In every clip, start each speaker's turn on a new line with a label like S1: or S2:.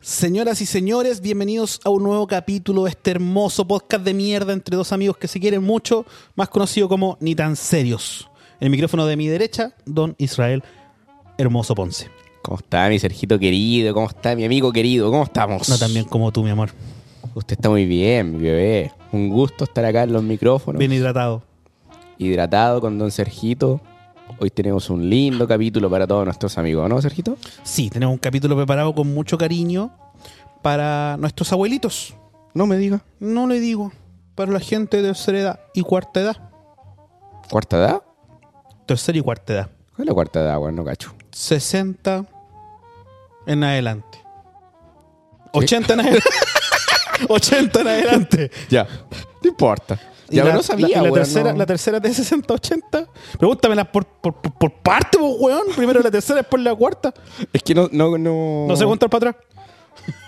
S1: Señoras y señores, bienvenidos a un nuevo capítulo de este hermoso podcast de mierda entre dos amigos que se quieren mucho, más conocido como Ni tan serios. En el micrófono de mi derecha, Don Israel Hermoso Ponce.
S2: ¿Cómo está mi Sergito querido? ¿Cómo está mi amigo querido? ¿Cómo estamos?
S1: No tan bien como tú, mi amor.
S2: Usted está muy bien, mi bebé. Un gusto estar acá en los micrófonos.
S1: Bien hidratado.
S2: Hidratado con don Sergito. Hoy tenemos un lindo capítulo para todos nuestros amigos, ¿no, Sergito?
S1: Sí, tenemos un capítulo preparado con mucho cariño para nuestros abuelitos.
S2: No me diga.
S1: No le digo, para la gente de tercera edad y cuarta edad.
S2: ¿Cuarta edad?
S1: Tercera y cuarta edad.
S2: ¿Cuál es la cuarta edad, weón? No cacho.
S1: 60 en adelante. 80 en adelante. 80 en adelante.
S2: Ya. No importa.
S1: Y
S2: Ya,
S1: la,
S2: pero no sabía,
S1: la- la
S2: weón,
S1: tercera,
S2: no.
S1: la tercera de 60 80. Pregúntamela por, por, por, por parte, pues, weón. Primero la tercera, después la cuarta.
S2: Es que no, no, no.
S1: No sé contar para atrás.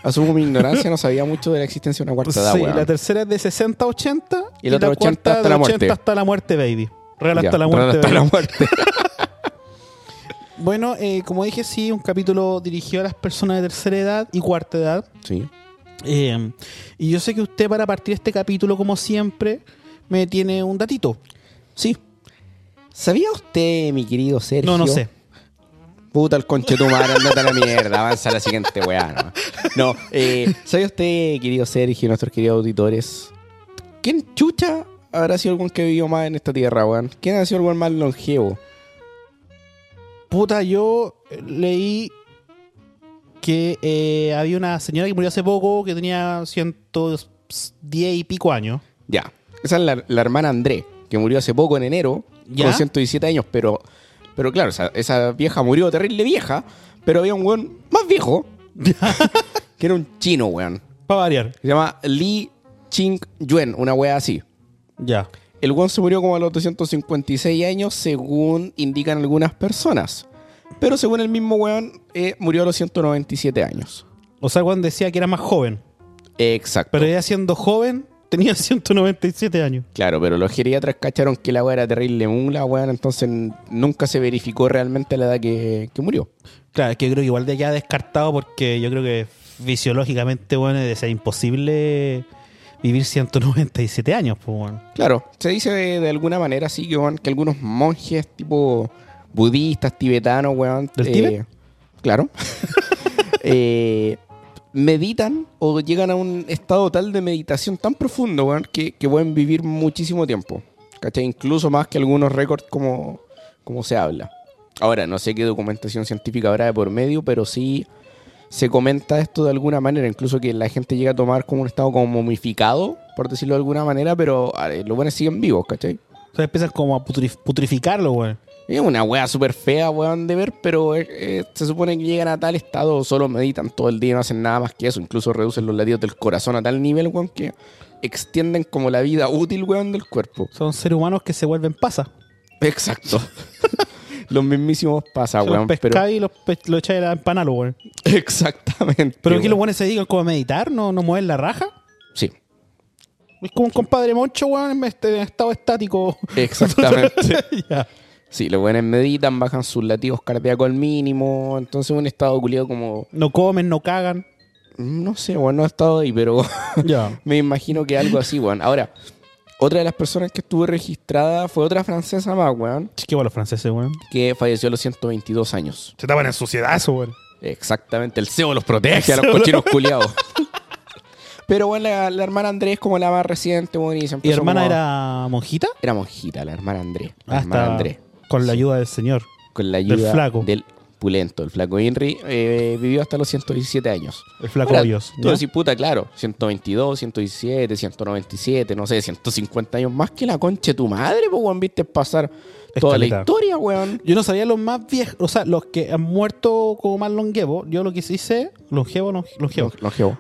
S2: Asumo mi ignorancia, no sabía mucho de la existencia de una cuarta edad,
S1: sí,
S2: weón.
S1: la tercera es de 60 80.
S2: Y la otra 80
S1: cuarta
S2: hasta
S1: de
S2: la muerte.
S1: 80 hasta la muerte, baby. Real
S2: Ya,
S1: hasta la muerte.
S2: hasta
S1: baby.
S2: la muerte.
S1: Bueno, eh, como dije, sí, un capítulo dirigido a las personas de tercera edad y cuarta edad.
S2: sí.
S1: Eh, y yo sé que usted para partir este capítulo, como siempre, me tiene un datito.
S2: Sí. ¿Sabía usted, mi querido Sergio?
S1: No, no sé.
S2: Puta el conche tu madre, andate a la mierda, avanza a la siguiente weá. nomás. No, eh, ¿sabe usted, querido Sergio, nuestros queridos auditores? ¿Quién chucha habrá sido algún que vivió más en esta tierra, weón? ¿Quién ha sido el weón más longevo?
S1: Puta, yo eh, leí que eh, había una señora que murió hace poco que tenía 110 y pico años.
S2: Ya, esa es la, la hermana André, que murió hace poco en enero,
S1: Ya.
S2: con 117 años, pero, pero claro, esa, esa vieja murió terrible vieja, pero había un weón más viejo, que era un chino, weón.
S1: Para variar.
S2: Se llama Li Ching Yuen, una weá así.
S1: Ya.
S2: El Won se murió como a los 256 años, según indican algunas personas. Pero según el mismo weón, eh, murió a los 197 años.
S1: O sea, Juan decía que era más joven.
S2: Exacto.
S1: Pero ella siendo joven tenía 197 años.
S2: claro, pero los geriatras cacharon que la weá era terrible mula, weón, entonces n- nunca se verificó realmente la edad que, que murió.
S1: Claro, es que yo creo que igual de allá descartado porque yo creo que fisiológicamente, bueno, es imposible vivir 197 años, pues, bueno.
S2: Claro, se dice de, de alguna manera así que, weón, que algunos monjes tipo budistas, tibetanos, weón.
S1: ¿Del
S2: eh,
S1: Tíbet?
S2: Claro. Eh, meditan o llegan a un estado tal de meditación tan profundo, weón, que, que pueden vivir muchísimo tiempo. ¿Cachai? Incluso más que algunos récords como, como se habla. Ahora, no sé qué documentación científica habrá de por medio, pero sí se comenta esto de alguna manera, incluso que la gente llega a tomar como un estado como momificado, por decirlo de alguna manera, pero eh, los buenos siguen vivos, ¿cachai?
S1: O sea, empiezan como a putrif- putrificarlo, weón.
S2: Es una wea súper fea, weón, de ver, pero eh, eh, se supone que llegan a tal estado, solo meditan todo el día, no hacen nada más que eso, incluso reducen los latidos del corazón a tal nivel, weón, que extienden como la vida útil, weón, del cuerpo.
S1: Son seres humanos que se vuelven pasas.
S2: Exacto. los mismísimos pasa,
S1: los
S2: Ah, weón, pero...
S1: pescáis y los, pe- los echáis a la empanalo, weón.
S2: Exactamente.
S1: Pero aquí los
S2: weón.
S1: buenos se dedican como a meditar, no, no mueven la raja.
S2: Sí,
S1: Es como un compadre moncho, weón, en este- en estado estático.
S2: exactamente.
S1: Ya.
S2: Ah, Sí, los buenos meditan, bajan sus latidos cardíacos al mínimo, entonces un estado culiado como,
S1: No comen, no cagan.
S2: no sé, bueno, no he estado ahí, pero
S1: Ya.
S2: me imagino que algo así, weón. Ahora, otra de las personas que estuvo registrada fue otra francesa más, weón,
S1: Qué bueno los franceses, weón.
S2: que falleció a los 122 años.
S1: Se estaban en suciedad, eso, weón.
S2: Exactamente, el CEO los protege a
S1: El
S2: los
S1: CEO
S2: cochinos culiados. Pero bueno, la, la hermana Andrés es como la más reciente, weón, y
S1: ¿Y
S2: se empezó
S1: hermana
S2: como a-
S1: era monjita?
S2: Era monjita, la hermana Andrés. La hermana
S1: Hasta
S2: Andrés.
S1: con la ayuda del Señor.
S2: con la
S1: Del
S2: ayuda del,
S1: flaco.
S2: pulento. El flaco Henry eh, vivió hasta los 117 años.
S1: El flaco
S2: Ahora,
S1: Dios.
S2: Tú
S1: ¿ya?
S2: decís, puta, claro, 122, 117, 197, no sé, 150 años más que la concha de tu madre, pues, weón, viste pasar toda la
S1: Escaleta.
S2: historia, weón.
S1: Yo no sabía los más viejos, o sea, los que han muerto como más longevo. Yo lo que sí sé, longevo, lon- longevo,
S2: Longevo.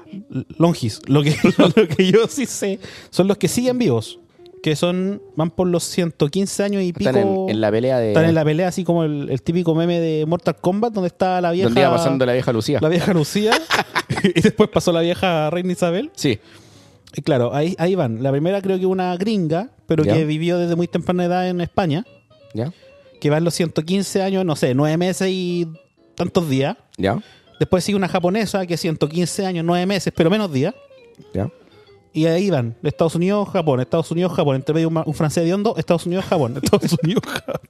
S1: longis. Lo que, lo que yo sí sé son los que siguen vivos, que son, van por los 115 años y pico.
S2: Están en, en la pelea de...
S1: están en la pelea, así como el, el típico meme de Mortal Kombat, donde está la vieja.
S2: donde iba pasando la vieja Lucía.
S1: la vieja Lucía. y después pasó la vieja Reina Isabel.
S2: Sí,
S1: Y claro, ahí, ahí van. La primera creo que una gringa, pero
S2: Ya.
S1: que vivió desde muy temprana edad en España,
S2: ya,
S1: que va en los 115 años, no sé, 9 meses y tantos días.
S2: ya.
S1: Después sigue una japonesa que 115 años, 9 meses, pero menos días.
S2: ¿Ya?
S1: Y ahí van, de Estados Unidos, Japón, Estados Unidos, Japón. Entre medio un, ma- un francés de hondo, Estados Unidos, Japón. Estados Unidos, Japón.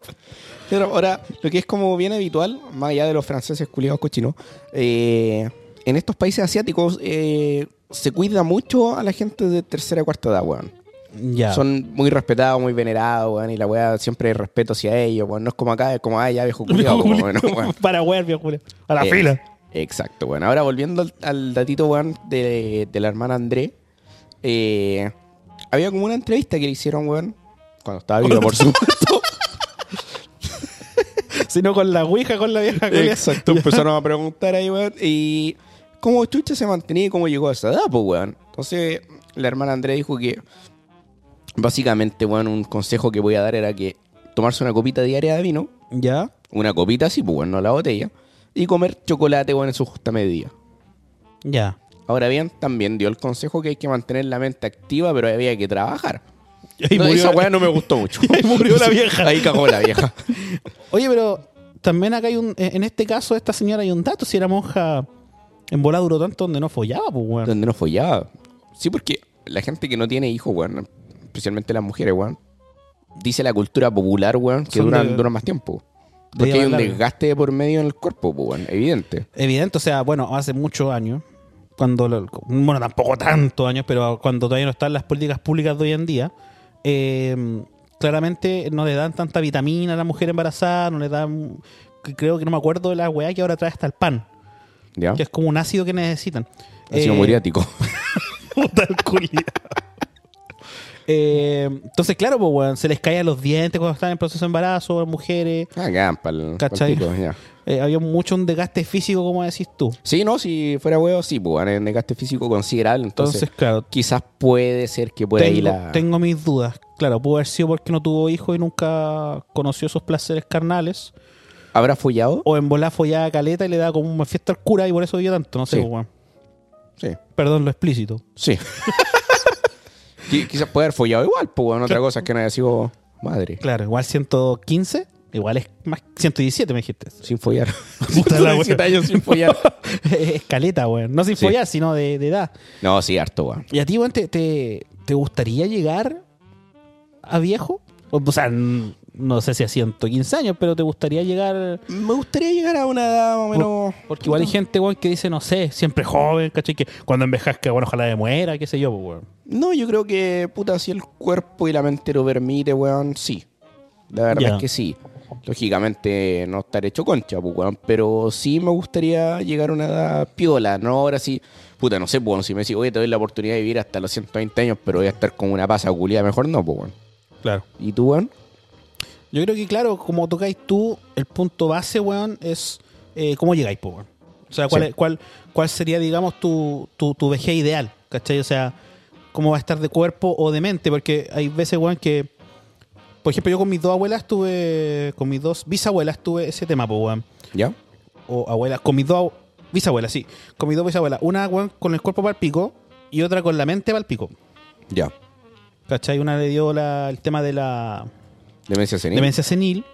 S2: Pero ahora, lo que es como bien habitual, más allá de los franceses culiados cochinos, eh, en estos países asiáticos eh, se cuida mucho a la gente de tercera y cuarta edad, weón.
S1: Ya.
S2: Son muy respetados, muy venerados, weón, y la weá siempre hay respeto hacia ellos, weón. No es como acá, es como, ah, ya viejo culiado,
S1: Como
S2: como,
S1: Julio-
S2: bueno, weón.
S1: Para weón, viejo Julio. A la
S2: Eh,
S1: fila.
S2: Exacto, bueno. Ahora volviendo al, al datito, weón, de, de la hermana André. eh, había como una entrevista que le hicieron, weón. Cuando estaba viva, por supuesto.
S1: Sino con la ouija, con la vieja. culia.
S2: Exacto, empezaron a preguntar ahí, weón. Y cómo Chucha se mantenía y cómo llegó a esa edad, pues, weón. Entonces, la hermana Andrea dijo que básicamente, weón, un consejo que voy a dar era que tomarse una copita diaria de vino,
S1: Ya.
S2: una copita así, pues, weón, no la botella, y comer chocolate, weón, en su justa medida.
S1: Ya.
S2: Ahora bien, también dio el consejo que hay que mantener la mente activa, pero había que trabajar.
S1: Y ahí
S2: No,
S1: murió
S2: esa
S1: la-
S2: weá no me gustó mucho.
S1: Y ahí murió la vieja.
S2: Ahí cagó la vieja.
S1: Oye, pero también acá hay un. En este caso, esta señora hay un dato. Si era monja en volada duró tanto donde no follaba, pues, weón.
S2: Donde no follaba. Sí, porque la gente que no tiene hijos, weón, especialmente las mujeres, weón, dice la cultura popular, weón, que
S1: Son
S2: duran,
S1: de-
S2: duran más tiempo. Porque
S1: Vida
S2: hay
S1: más
S2: un
S1: larga.
S2: desgaste de por medio en el cuerpo, pues, weón, evidente.
S1: Evidente, o sea, bueno, hace muchos años, cuando, lo- bueno, tampoco tantos años, pero cuando todavía no están las políticas públicas de hoy en día, eh, claramente no le dan tanta vitamina a la mujer embarazada, no le dan, que creo que no me acuerdo de la weá que ahora trae hasta el pan,
S2: ¿Ya?
S1: que es como un ácido que necesitan.
S2: Ha sido
S1: Eh,
S2: Ah. muriático.
S1: puta el culiao. Eh, entonces, claro, pues, weón, se les caían los dientes cuando estaban en proceso de embarazo, mujeres.
S2: Ah, cagan pa'l- pa'l
S1: ¿Cachai?
S2: pico, ya.
S1: eh, había mucho un desgaste físico, como decís tú.
S2: Sí, no, si fuera huevo, sí, pues, weón, hay un desgaste físico considerable. Entonces,
S1: Entonces, claro,
S2: quizás puede ser que por
S1: tengo,
S2: ahí la...
S1: tengo mis dudas. Claro, pudo haber sido porque no tuvo hijo y nunca conoció esos placeres carnales.
S2: ¿Habrá follado?
S1: O en volá follaba a caleta y le daba como una fiesta al cura y por eso vivió tanto. No sé,
S2: Sí.
S1: pues, weón.
S2: Sí.
S1: Perdón lo explícito.
S2: Sí. Qui- Quizás puede haber follado igual, pues bueno, otra cosa es que no haya sido madre.
S1: Claro, igual 115, igual es más 117, me dijiste.
S2: Sin follar.
S1: Puta la wea.
S2: 17 años sin follar.
S1: es caleta, weón. No sin
S2: Sí.
S1: follar, sino de, de edad.
S2: No, sí, harto, weón.
S1: ¿Y a ti, weón, te, te, te gustaría llegar a viejo? O, o sea, n- no sé si a 115 años, pero ¿te gustaría llegar...?
S2: Me gustaría llegar a una edad más o menos.
S1: Porque igual hay gente, weón, que dice, no sé, siempre joven, ¿cachai? Que cuando envejezca, bueno, ojalá me muera, qué sé yo, pues, weón.
S2: No, yo creo que, puta, si el cuerpo y la mente lo permite, weón, sí. La verdad
S1: Ya.
S2: es que sí. Lógicamente no estar hecho concha, pues, weón, pero sí me gustaría llegar a una edad piola, ¿no? Ahora sí, puta, no sé, pues, weón, si me decís, oye, te doy la oportunidad de vivir hasta los 120 años, pero voy a estar con una pasa culiada, mejor no, pues, weón.
S1: Claro.
S2: ¿Y tú, weón?
S1: Yo creo que, claro, como tocáis tú, el punto base, weón, es eh, cómo llegáis, pues, weón. O sea, cuál,
S2: Sí.
S1: es- cuál, cuál sería, digamos, tu, tu, tu vejez ideal, ¿cachai? O sea, cómo va a estar de cuerpo o de mente, porque hay veces, weón, que... Por ejemplo, yo con mis dos abuelas tuve... Con mis dos bisabuelas tuve ese tema, pues, weón.
S2: ¿Ya?
S1: o abuelas, con mis dos abu- bisabuelas, sí, con mis dos bisabuelas, una weón, con el cuerpo para el pico y otra con la mente para el pico.
S2: Ya.
S1: ¿Cachai? Una le dio la- el tema de la
S2: Demencia senil.
S1: demencia senil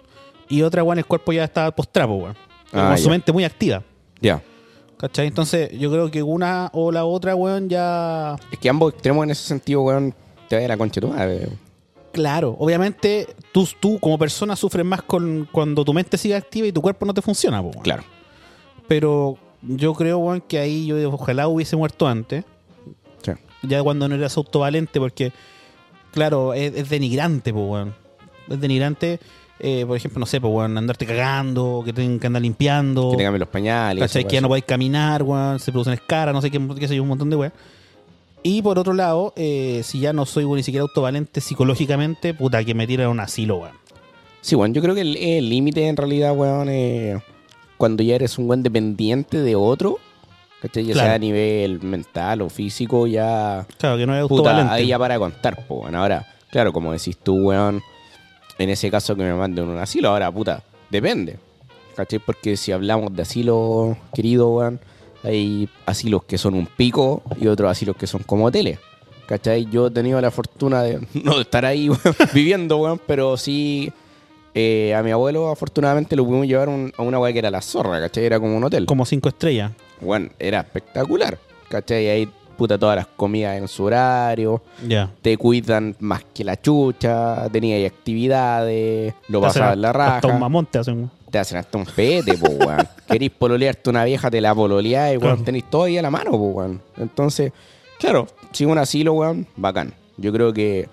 S1: y otra, weón, el cuerpo ya estaba postrado, weón.
S2: Ah,
S1: con su
S2: ya.
S1: mente muy activa.
S2: Ya.
S1: ¿Cachai? Entonces, yo creo que una o la otra, weón, ya.
S2: Es que ambos extremos en ese sentido, weón, te vaya la concha de tu madre. weón.
S1: Claro, obviamente tú, tú como persona sufres más con cuando tu mente sigue activa y tu cuerpo no te funciona, po, weón.
S2: Claro.
S1: Pero yo creo, weón, que ahí yo ojalá hubiese muerto antes.
S2: Sí.
S1: ya cuando no eras autovalente, porque, claro, es, es denigrante, pues, weón. Es denigrante, eh, por ejemplo, no sé, pues, weón, andarte cagando, que tengan que andar limpiando,
S2: Que te cambien los pañales.
S1: ¿cachai?
S2: esa
S1: Que ya no
S2: weá,
S1: podéis caminar, weón, se producen escaras, no sé qué, qué sé yo, un montón de weón. Y por otro lado, eh, si ya no soy weón, ni siquiera autovalente psicológicamente, puta, que me tiran a un asilo, weón.
S2: sí. Sí, weón, yo creo que el el límite en realidad, weón, es cuando ya eres un weón dependiente de otro, ¿cachai? Ya
S1: Claro.
S2: sea a nivel mental o físico, ya.
S1: Claro, que no eres
S2: Puta,
S1: autovalente.
S2: ahí ya para contar, po, weón. Ahora, claro, como decís tú, weón, en ese caso que me manden un asilo, ahora, puta, depende. ¿Cachai? Porque si hablamos de asilo, querido, weón, hay asilos que son un pico y otros asilos que son como hoteles. ¿Cachai? Yo he tenido la fortuna de no de estar ahí, weón, viviendo, weón, pero sí. eh, a mi abuelo, afortunadamente, lo pudimos llevar a un- a una weá que era la zorra, ¿cachai? Era como un hotel.
S1: Como cinco estrellas.
S2: bueno, era espectacular. ¿Cachai? Ahí, puta, todas las comidas en su horario.
S1: Ya.
S2: Te cuidan más que la chucha. Tenía ahí actividades. Lo
S1: Te hacen
S2: pasaba en la raja.
S1: Hasta un mamón te hacen. weón.
S2: te hacen hasta un pete, po, weón. Querís pololearte una vieja, te la pololeás y, weón,
S1: Claro.
S2: tenéis todo ahí a la mano, po, weón. Entonces, claro, si un asilo, weón, bacán. Yo creo que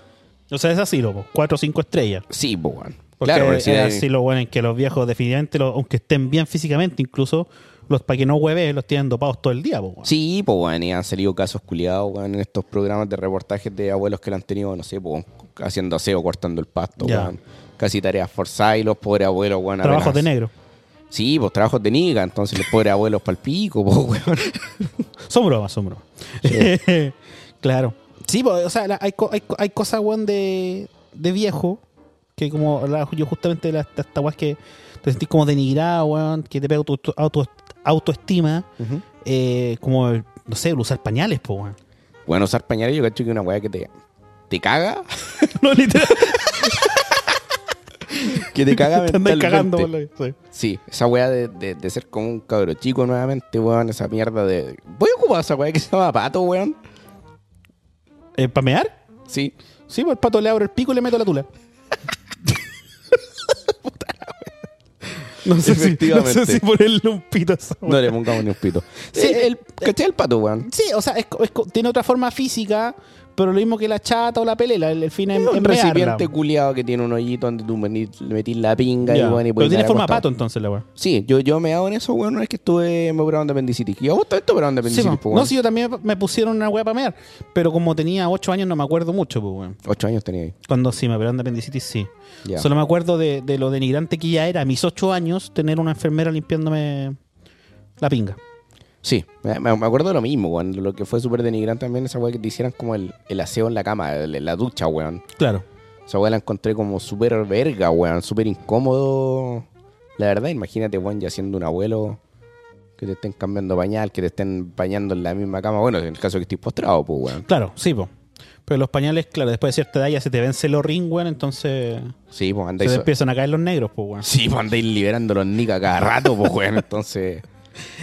S1: O sea, es así, loco. Cuatro o cinco estrellas.
S2: sí, po, weón.
S1: Porque
S2: claro, porque
S1: es
S2: si hay-
S1: así lo bueno en que los viejos, definitivamente, los- aunque estén bien físicamente, incluso, los para que no hueves, los tienen dopados todo el día, po, weón.
S2: Sí, pues, weón, y han salido casos culiados, weón, en estos programas de reportajes de abuelos que la han tenido, no sé, po, haciendo aseo, cortando el pasto,
S1: Ya.
S2: weón. Casi tareas forzadas y los pobres abuelos, weón.
S1: Trabajos
S2: apenas-
S1: de negro.
S2: Sí, pues trabajos de niga, entonces los pobres abuelos pa'l pico, po, weón.
S1: Son bromas, son bromas. claro. Sí, po, o sea, la- hay, co- hay, co- hay cosas, weón, de, de viejo, que como hablaba yo justamente de las de estas weas que te sentís como denigrado, weón, que te pega tu, tu auto, autoestima, eh, como, el- no sé, el usar pañales, po, weón.
S2: Bueno, usar pañales, yo cacho que es una weá que te, te caga,
S1: No, literal,
S2: que te caga
S1: te andáis
S2: mentalmente.
S1: cagando, por la- sí.
S2: Sí, esa weá de, de- de ser como un cabro chico nuevamente, weón, esa mierda de... Voy a ocupar esa weá que se llama pato, weón.
S1: Eh, ¿Para mear?
S2: Sí.
S1: Sí, pues el pato le abro el pico y le meto la tula. no, sé si, no
S2: Efectivamente.
S1: sé si ponerle un pito a esa
S2: No le pongamos ni un pito. Sí,
S1: Eh,
S2: el, ¿cachai el pato, weón?
S1: Sí, o sea, es co- es co- tiene otra forma física, pero lo mismo que la chata o la pelela. El, el fin es
S2: Es un
S1: mearla.
S2: recipiente culiado que tiene un hoyito donde tú metís- le metís la pinga
S1: Ya.
S2: y weón y
S1: Pero
S2: podés
S1: tiene
S2: nadar
S1: forma
S2: acostado.
S1: pato entonces la weá.
S2: Sí, yo, yo me hago en eso, weón, una vez que estuve, me operaron de apendicitis. Y a vos también te operaron de
S1: Sí,
S2: apendicitis,
S1: po.
S2: po,
S1: no,
S2: weón.
S1: si yo también me pusieron una weá para mear, pero como tenía 8 años no me acuerdo mucho, pues weón.
S2: Ocho años tenía ahí.
S1: Cuando sí me operaron de apendicitis, sí.
S2: Ya.
S1: Solo me acuerdo de, de lo denigrante que ya era a mis 8 años tener una enfermera limpiándome la pinga.
S2: Sí, me, me- me acuerdo de lo mismo, weón. Lo que fue súper denigrante también, esa weá que te hicieran como el, el aseo en la cama, el- la ducha, weón.
S1: Claro.
S2: Esa weá la encontré como súper verga, weón. Súper incómodo. La verdad, imagínate, weón, ya siendo un abuelo. Que te estén cambiando pañal, que te estén bañando en la misma cama. Bueno, en el caso de que estés postrado, pues, weón.
S1: Claro, sí, po. Pero los pañales, claro, después de cierta edad ya se te vence los ring, weón, entonces
S2: Sí, pues
S1: se
S2: andáis.
S1: te
S2: so-
S1: empiezan a caer los negros, pues, weón.
S2: Sí, pues andáis liberando los nicas cada rato, pues, weón. Entonces.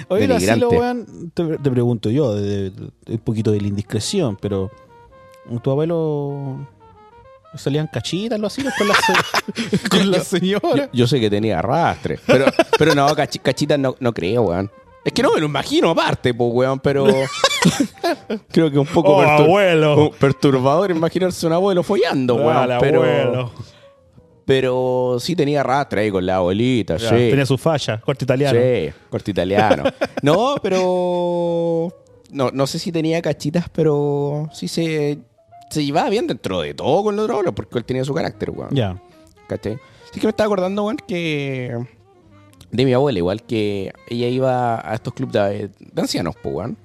S1: Oye, el asilo,
S2: Denigrante.
S1: weón, te, te pregunto yo, de- de- de- un poquito de la indiscreción, pero ¿tu abuelo salían cachitas los asilos con la, se- con la
S2: Yo,
S1: señora?
S2: yo sé que tenía arrastre. Pero, pero no, cachi- cachitas no, no creo, weón. Es que no me lo imagino aparte, pues, weón, pero. creo que un poco
S1: ¡Oh,
S2: pertur-
S1: abuelo!
S2: un- perturbador imaginarse un abuelo follando, weón.
S1: Ah, el
S2: pero...
S1: abuelo.
S2: Pero sí tenía rastra ahí con la abuelita,
S1: Ya,
S2: sí.
S1: Tenía su falla, corte italiano.
S2: Sí, corto italiano. no, pero. No, no sé si tenía cachitas, pero sí se. Se llevaba bien dentro de todo con los otro abuelo, porque él tenía su carácter, weón.
S1: Ya.
S2: ¿Cachai? Sí que me estaba acordando, weón, que. De mi abuela, igual que ella iba a estos clubes de, de ancianos, pues, weón.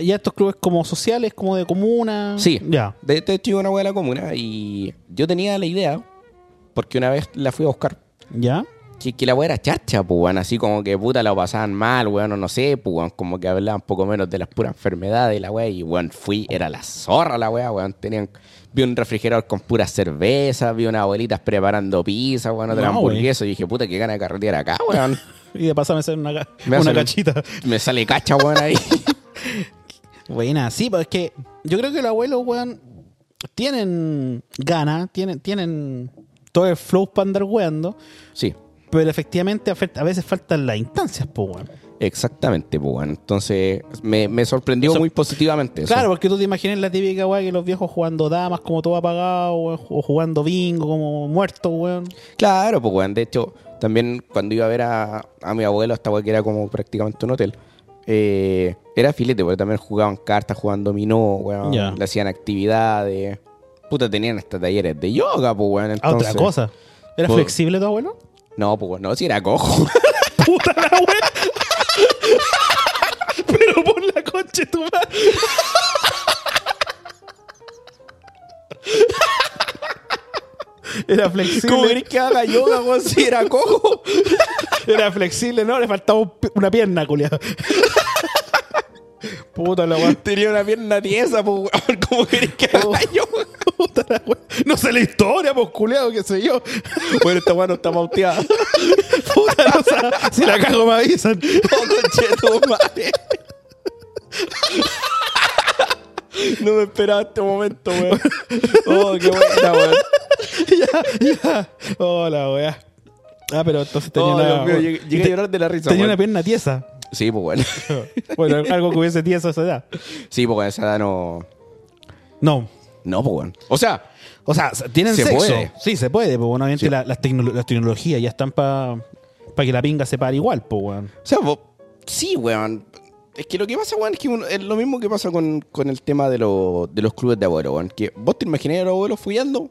S1: Ya estos clubes como sociales, como de comuna.
S2: Sí.
S1: Ya.
S2: De, de hecho, iba una abuela comuna y yo tenía la idea, porque una vez la fui a buscar
S1: ¿Ya?
S2: Que, que la weá era chacha, pues, weón. Así como que puta la pasaban mal, weón, o no sé, pues, weón. Como que hablaban poco menos de las puras enfermedades, la weá. Y, weón, fui, era la zorra la weá, weón. Tenían, vi un refrigerador con pura cerveza, vi unas abuelitas preparando pizza, weón, otra
S1: No,
S2: hamburguesa. Y dije, puta, qué gana de carretear acá, weón.
S1: Y de pasar me sale una, ca-
S2: Me
S1: una
S2: hacen-
S1: cachita.
S2: Me sale cacha, weón, ahí.
S1: Buena, sí, pero es que yo creo que los abuelos, weón, tienen ganas, tienen, tienen todo el flow para andar weando,
S2: Sí,
S1: pero efectivamente afe- a veces faltan las instancias, pues, weón.
S2: exactamente, pues, weón. Entonces, me, me sorprendió
S1: Eso-
S2: muy positivamente eso.
S1: Claro, porque tú te imaginas la típica weá que los viejos jugando damas como todo apagado, weón, o jugando bingo como muertos, weón.
S2: Claro, pues, weón. De hecho, también cuando iba a ver a, a mi abuelo, hasta que era como prácticamente un hotel, eh, era filete, porque también jugaban cartas, jugaban dominó, weón.
S1: Ya.
S2: Le hacían actividades. Puta, tenían hasta talleres de yoga, pues, weón.
S1: Ah,
S2: Entonces,
S1: otra cosa. ¿Era
S2: Pues-
S1: flexible tu abuelo?
S2: No, pues, weón, no, si era cojo.
S1: ¡Puta la weá! pero por la concha de tu madre. Era flexible.
S2: ¿Cómo querés que haga yoga, weón, si era cojo?
S1: Era flexible, no, le faltaba un pi- una pierna, culiado. Puta la weá.
S2: Tenía una pierna tiesa, pues, weón. ¿Cómo querés que haga yoga?
S1: Puta la weá. No sé la historia, pues culiado, qué sé yo.
S2: Bueno, esta weón no está pauteada.
S1: Puta, no sé. Si la cago me avisan.
S2: Oh, conchetumare. No me esperaba este momento, weón. Oh, qué buena, weón.
S1: Hola, weá. Oh, Ah, pero entonces tenía,
S2: Oh,
S1: una,
S2: Dios mío, llegué, llegué a llorar de la risa,
S1: tenía una
S2: weón.
S1: pierna tiesa.
S2: Sí, pues, weón.
S1: Bueno, algo que hubiese tiesa a esa edad.
S2: Sí, pues, weón, esa edad no...
S1: No.
S2: No, pues, weón. O sea,
S1: O sea, tienen
S2: Se
S1: sexo.
S2: puede.
S1: Sí, se puede, pues obviamente
S2: Sí.
S1: la- las, tecno- las tecnologías ya están para que la pinga se pare igual, pues weón.
S2: O sea, vos- sí, weón. Es que lo que pasa, weón, es que uno- es lo mismo que pasa con, con el tema de, lo- de los clubes de abuelo, weón. Que vos te imaginas a los abuelos follando.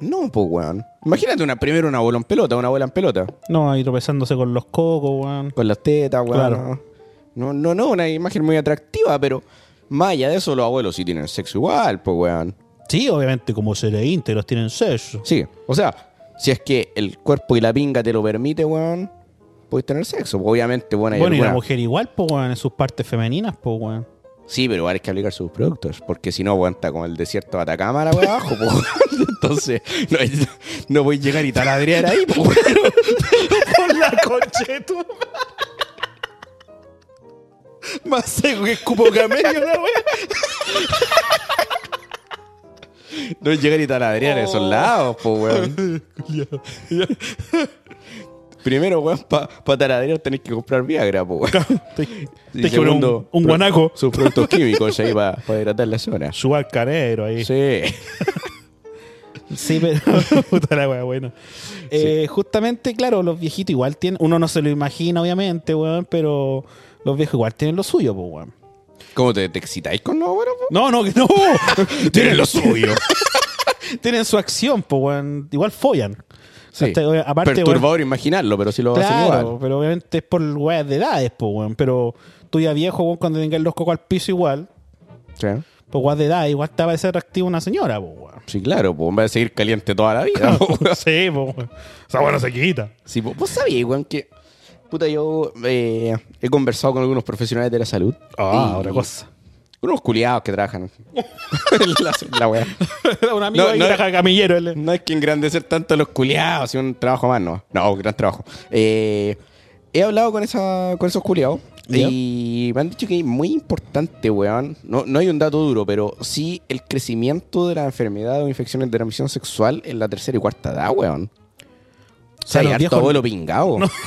S2: No, pues, weón. Imagínate una, primero un abuelo en pelota, una abuela en pelota.
S1: No, ahí tropezándose con los cocos, weón.
S2: Con las tetas, weón.
S1: Claro.
S2: No, no, no, una imagen muy atractiva, pero más allá de eso, los abuelos sí tienen sexo igual, pues, weón.
S1: Sí, obviamente, como seres íntegros tienen sexo.
S2: Sí, o sea, si es que el cuerpo y la pinga te lo permite, weón, puedes tener sexo. Obviamente, weón, hay
S1: bueno, y la
S2: alguna-
S1: mujer igual, pues weón, en sus partes femeninas, pues weón.
S2: Sí, pero igual hay que aplicar sus productos, porque si no aguanta con el desierto de Atacama la wea abajo, po, weón. Entonces, no, no voy a llegar y taladrear ahí, po, weón.
S1: Con la conchetu.
S2: Más seco que escupo camello, la wea. No voy a llegar y taladrear en esos lados, po, weón. Primero, weón, para taladrear tenés que comprar Viagra, po, weón. Y
S1: Te quebró un,
S2: segundo,
S1: un
S2: pro-
S1: guanaco.
S2: Sus productos químicos ahí para hidratar la zona.
S1: Su alcanero ahí.
S2: Sí.
S1: Sí, pero. Puta la wea, bueno. Eh, Justamente, claro, los viejitos igual tienen. Uno no se lo imagina, obviamente, weón, pero los viejos igual tienen lo suyo, pues, weón.
S2: ¿Cómo te, te excitáis con los abuelos, po?
S1: No, no, que no.
S2: Tienen lo suyo.
S1: tienen su acción, pues, weón. Igual follan.
S2: Sí.
S1: Hasta, oye, aparte,
S2: Perturbador imaginarlo, pero si lo hacen
S1: Claro,
S2: igual.
S1: pero obviamente es por weas de edades, pues, weón. Pero tú ya viejo, weón, cuando tengas los cocos al piso igual,
S2: Sí,
S1: pues, weas de edad, igual te va a parecer atractiva una señora, pues, weón.
S2: Sí, claro, pues va a seguir caliente toda la vida. po.
S1: sí, pues, weón. Esa wea no se quita.
S2: sí, po. vos sabías, weón, que puta, yo eh, he conversado con algunos profesionales de la salud.
S1: Ah,
S2: Y-
S1: otra cosa.
S2: Unos culiados que trabajan en la, en la wea.
S1: un amigo
S2: No,
S1: ahí
S2: no-
S1: que trabaja de camillero. él es-
S2: No es que engrandecer tanto a los culiados, si un trabajo más, no. No, gran trabajo. Eh, he hablado con, esa, con esos culiados
S1: Ya.
S2: y me han dicho que es muy importante, weón. No, no hay un dato duro, pero sí el crecimiento de la enfermedad o infecciones de transmisión sexual en la tercera y cuarta edad, weón. O sea,
S1: O sea,
S2: hay
S1: los
S2: harto
S1: viejos-
S2: abuelo pingado. No.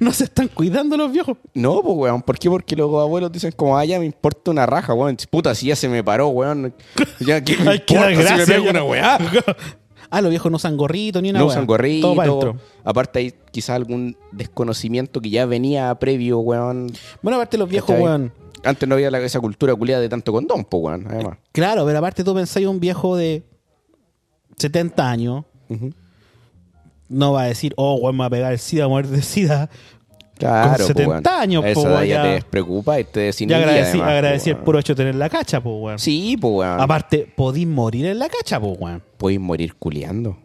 S1: No se están cuidando los viejos.
S2: pues, weón. ¿Por qué? Porque los abuelos dicen como, ah, ya me importa una raja, weón. Puta, si ya se me paró, weón. Ya, ¿qué me
S1: Hay que dar
S2: importa si me
S1: gracias,
S2: pego
S1: ya.
S2: una weá?
S1: Ah, los viejos no usan gorrito ni una
S2: no
S1: wea.
S2: usan
S1: Todo para
S2: gorrito.
S1: adentro.
S2: Aparte hay quizás algún desconocimiento que ya venía previo, weón.
S1: Bueno, aparte los viejos,
S2: ¿Cachai?
S1: weón.
S2: Antes no había la- esa cultura culiada de tanto condón, po, weón, además.
S1: Claro, pero aparte tú pensás un viejo de 70 años. No va a decir, oh, weón, me va a pegar el SIDA, morir de SIDA.
S2: Claro, po,
S1: 70
S2: weón.
S1: años,
S2: A
S1: po,
S2: esa edad
S1: weón,
S2: ya,
S1: ya-
S2: te despreocupa y te
S1: Ya
S2: desinhibí,
S1: agradecí,
S2: además, po,
S1: agradecí el
S2: weón.
S1: puro hecho de tener la cacha, pues, weón.
S2: Sí, po, weón.
S1: Aparte, podís morir en la cacha, pues, weón.
S2: Podéis morir culiando.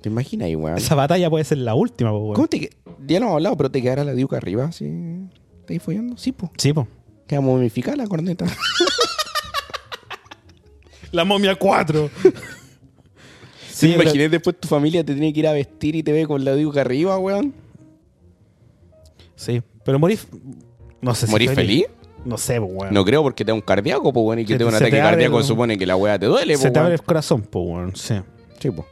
S2: ¿Te imaginas, ahí, weón?
S1: Esa batalla puede ser la última, pues, weón.
S2: ¿Cómo te que- Ya lo hemos hablado, pero te quedará la diuca arriba, sí. ¿Estáis follando? Sí, po.
S1: Sí, pues.
S2: Queda momificada la corneta.
S1: La momia 4.
S2: ¿Te imaginas después tu familia te tiene que ir a vestir y te ve con la diuca arriba, weón?
S1: Sí, pero morís. No sé si
S2: ¿Morís feliz?
S1: No sé, pues, weón.
S2: No creo porque te da un cardíaco, pues, weón, y que
S1: Se-
S2: te da un
S1: se te
S2: ataque
S1: abre
S2: cardíaco
S1: el-
S2: supone que la weá te duele,
S1: Se
S2: pues,
S1: te abre
S2: weón.
S1: el corazón, pues, weón. Sí.
S2: Sí, po.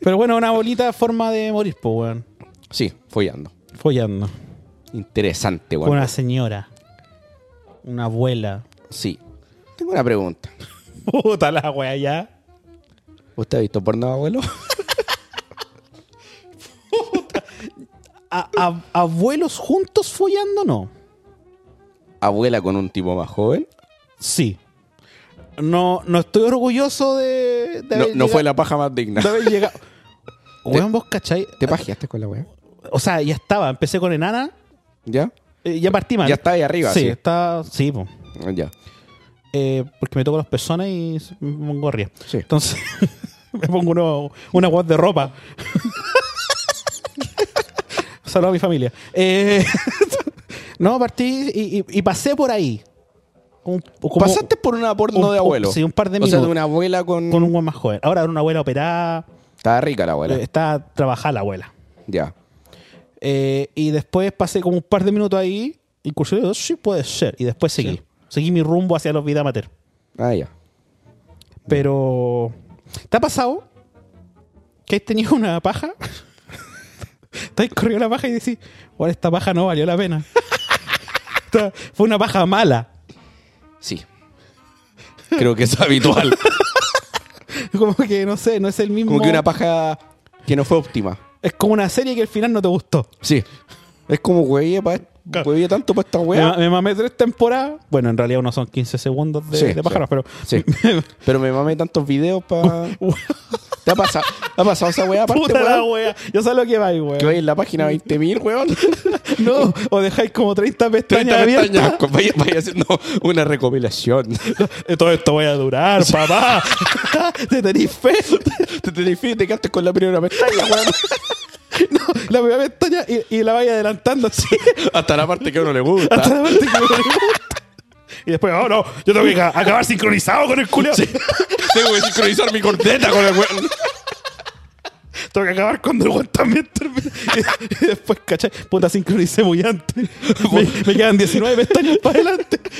S1: Pero bueno, una bonita forma de morir, pues, weón.
S2: Sí, follando.
S1: Follando.
S2: Interesante,
S1: Con
S2: weón.
S1: una señora. Una abuela.
S2: Sí. Tengo una pregunta.
S1: Puta la wea ya.
S2: ¿Usted ha visto porno, abuelo?
S1: A- a- ¿Abuelos juntos follando no?
S2: Abuela con un tipo más joven.
S1: Sí. No, no estoy orgulloso de. de
S2: No,
S1: haber
S2: no
S1: llegado-
S2: fue la paja más digna.
S1: de haber llegado. Weón, vos cachai.
S2: ¿Te pajeaste con la weá?
S1: O sea, ya estaba. Empecé con enana.
S2: ¿Ya?
S1: eh, ya partí mal.
S2: Ya estaba ahí arriba,
S1: Sí,
S2: sí.
S1: está. Sí, pues.
S2: Ya.
S1: eh, porque me toco los pezones y s- me pongo ría.
S2: Sí.
S1: Entonces, me pongo uno- una guas de ropa. Saludos a mi familia. Eh, no, partí y, y- y pasé por ahí. Un- como-
S2: Pasaste por una porno
S1: un-
S2: de abuelo.
S1: sí, un par de
S2: O sea, de
S1: minutos.
S2: una abuela con.
S1: con un guas más joven. Ahora era una abuela operada.
S2: Estaba rica la abuela.
S1: eh, Está trabajada la abuela.
S2: Ya.
S1: Eh, y después pasé como un par de minutos ahí incursioné, yo, sí puede ser. Y después seguí.
S2: Sí.
S1: Seguí mi rumbo hacia los vida amateur.
S2: Ah, ya.
S1: Pero. ¿Te ha pasado que has tenido una paja? Te has corrido la paja y decís, bueno, esta paja no valió la pena. Esta fue una paja mala.
S2: Sí. Creo que es habitual.
S1: Como que no sé, no es el mismo.
S2: Como que una paja que no fue óptima.
S1: Es como una serie que al final no te gustó.
S2: Sí. Es como huevía pa-
S1: Claro.
S2: huevía tanto para esta
S1: Me,
S2: wea.
S1: ma- me mamé tres temporadas. Bueno, en realidad uno son 15 segundos de,
S2: Sí,
S1: de pájaros, pero.
S2: sí. Sí. Pero me mamé tantos videos para. ¿Te ha pasado, ¿Te ha pasado esa wea aparte,
S1: Puta la
S2: weón?
S1: wea. Yo sé lo que va,
S2: Que
S1: weón.
S2: vais en la página 20.000, weón.
S1: No, o dejáis como 30 pestañas
S2: 30
S1: abiertas.
S2: pestañas. con- Vaya, vaya haciendo una recopilación.
S1: Eh, Todo esto voy a durar, papá. Te tenéis fe.
S2: te tenéis fin y te quedaste con la primera pestaña, weón.
S1: No, la primera pestaña y, y la vais adelantando así.
S2: Hasta la parte que a uno le gusta.
S1: Hasta la parte que me gusta. Y después, oh no, yo tengo que ca- acabar sincronizado con el culo.
S2: Tengo que sincronizar mi corteta con el weón.
S1: Tengo que acabar cuando el weón también termina. Y, y después, ¿cachai? Puta, sincronicé muy antes. Me, me quedan 19 pestañas para adelante.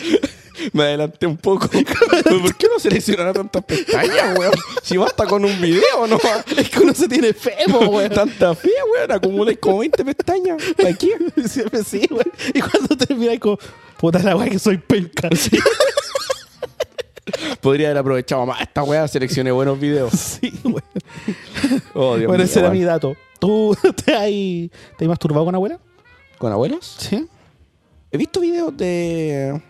S2: Me adelanté un poco. Pero ¿Por qué no seleccionará tantas pestañas, weón? Si basta con un video, ¿no?
S1: Es que uno se tiene fe, po, weón.
S2: Tanta fe, weón. Acumuláis como 20 pestañas. ¿Para qué?
S1: Siempre sí, güey. Y cuando termináis como, puta la weá que soy penca. Sí,
S2: Podría haber aprovechado más esta weá. Seleccioné buenos videos.
S1: güey.
S2: Oh, Dios
S1: Bueno,
S2: mío,
S1: ese era
S2: weón.
S1: mi dato. ¿Tú te has te has masturbado con abuela?
S2: ¿Con abuelos?
S1: Sí.
S2: He visto videos de...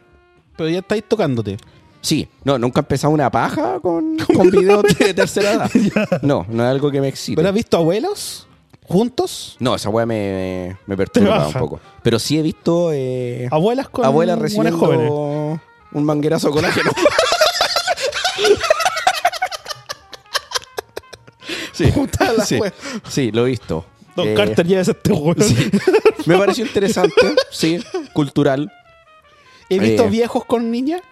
S1: Pero ya estáis tocándote.
S2: Sí, no, nunca he empezado una paja con, con videos de tercera edad. No, no es algo que me excite.
S1: ¿Pero has visto abuelos juntos?
S2: No, esa weá me, me perturba un
S1: baja.
S2: poco. Pero sí he visto eh,
S1: Abuelas con
S2: abuelas
S1: buenas
S2: recibiendo
S1: jóvenes.
S2: un manguerazo de colágeno. sí,
S1: Puta la
S2: sí,
S1: wea.
S2: sí, lo he visto.
S1: Don
S2: Eh,
S1: Carter, lleves a este weón.
S2: Me pareció interesante, sí, cultural.
S1: He visto
S2: Eh.
S1: viejos con niñas,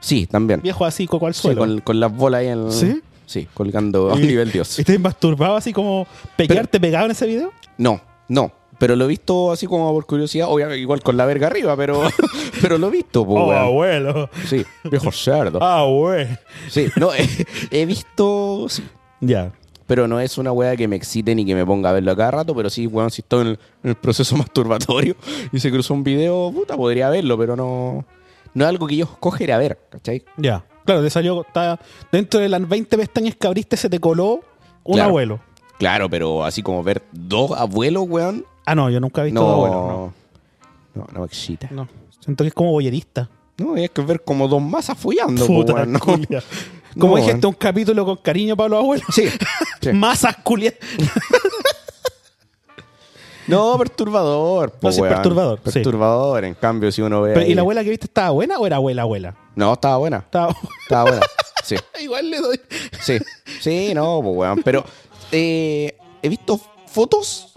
S2: Sí, también.
S1: viejos así, coco al
S2: Sí,
S1: suelo.
S2: con, con las bolas ahí en el-
S1: ¿Sí?
S2: Sí, colgando a
S1: Y-
S2: nivel Dios.
S1: ¿Y te has masturbado así como pegarte pegado en ese video?
S2: No, no. Pero lo he visto así como por curiosidad, obviamente igual con la verga arriba, pero, pero lo he visto, po,
S1: oh,
S2: weón.
S1: abuelo.
S2: Sí, viejo cerdo.
S1: Ah, güey.
S2: Sí, no, he, he visto, sí,
S1: Ya.
S2: pero no es una weá que me excite ni que me ponga a verlo a cada rato, pero sí, weón, si estoy en el, en el proceso masturbatorio y se cruzó un video, puta, podría verlo, pero no, no es algo que yo escoja ir a ver, ¿cachai?
S1: Ya. Claro, te salió. está- dentro de las 20 pestañas que abriste se te coló un
S2: Claro.
S1: abuelo.
S2: Claro, pero así como ver dos abuelos, weón,
S1: Ah, no, yo nunca he visto
S2: no,
S1: dos abuelos.
S2: no, no me excita.
S1: No. no. Siento que es como boyerista.
S2: No, es que ver como dos masas follando, po,
S1: Puta,
S2: weón, no.
S1: culia. Como dije,
S2: No, weón.
S1: este es un capítulo con cariño para los abuelos.
S2: Sí, sí.
S1: Masas culias.
S2: No, perturbador. po,
S1: No, sí,
S2: weón.
S1: perturbador, sí.
S2: Perturbador, en cambio, si uno ve.
S1: Pero, ¿Y
S2: ahí-
S1: la abuela que viste estaba buena o era abuela, abuela?
S2: No, estaba buena.
S1: Estaba-
S2: Estaba buena. Sí,
S1: Igual le doy.
S2: sí. Sí, no, pues, weón. Pero eh, he visto fotos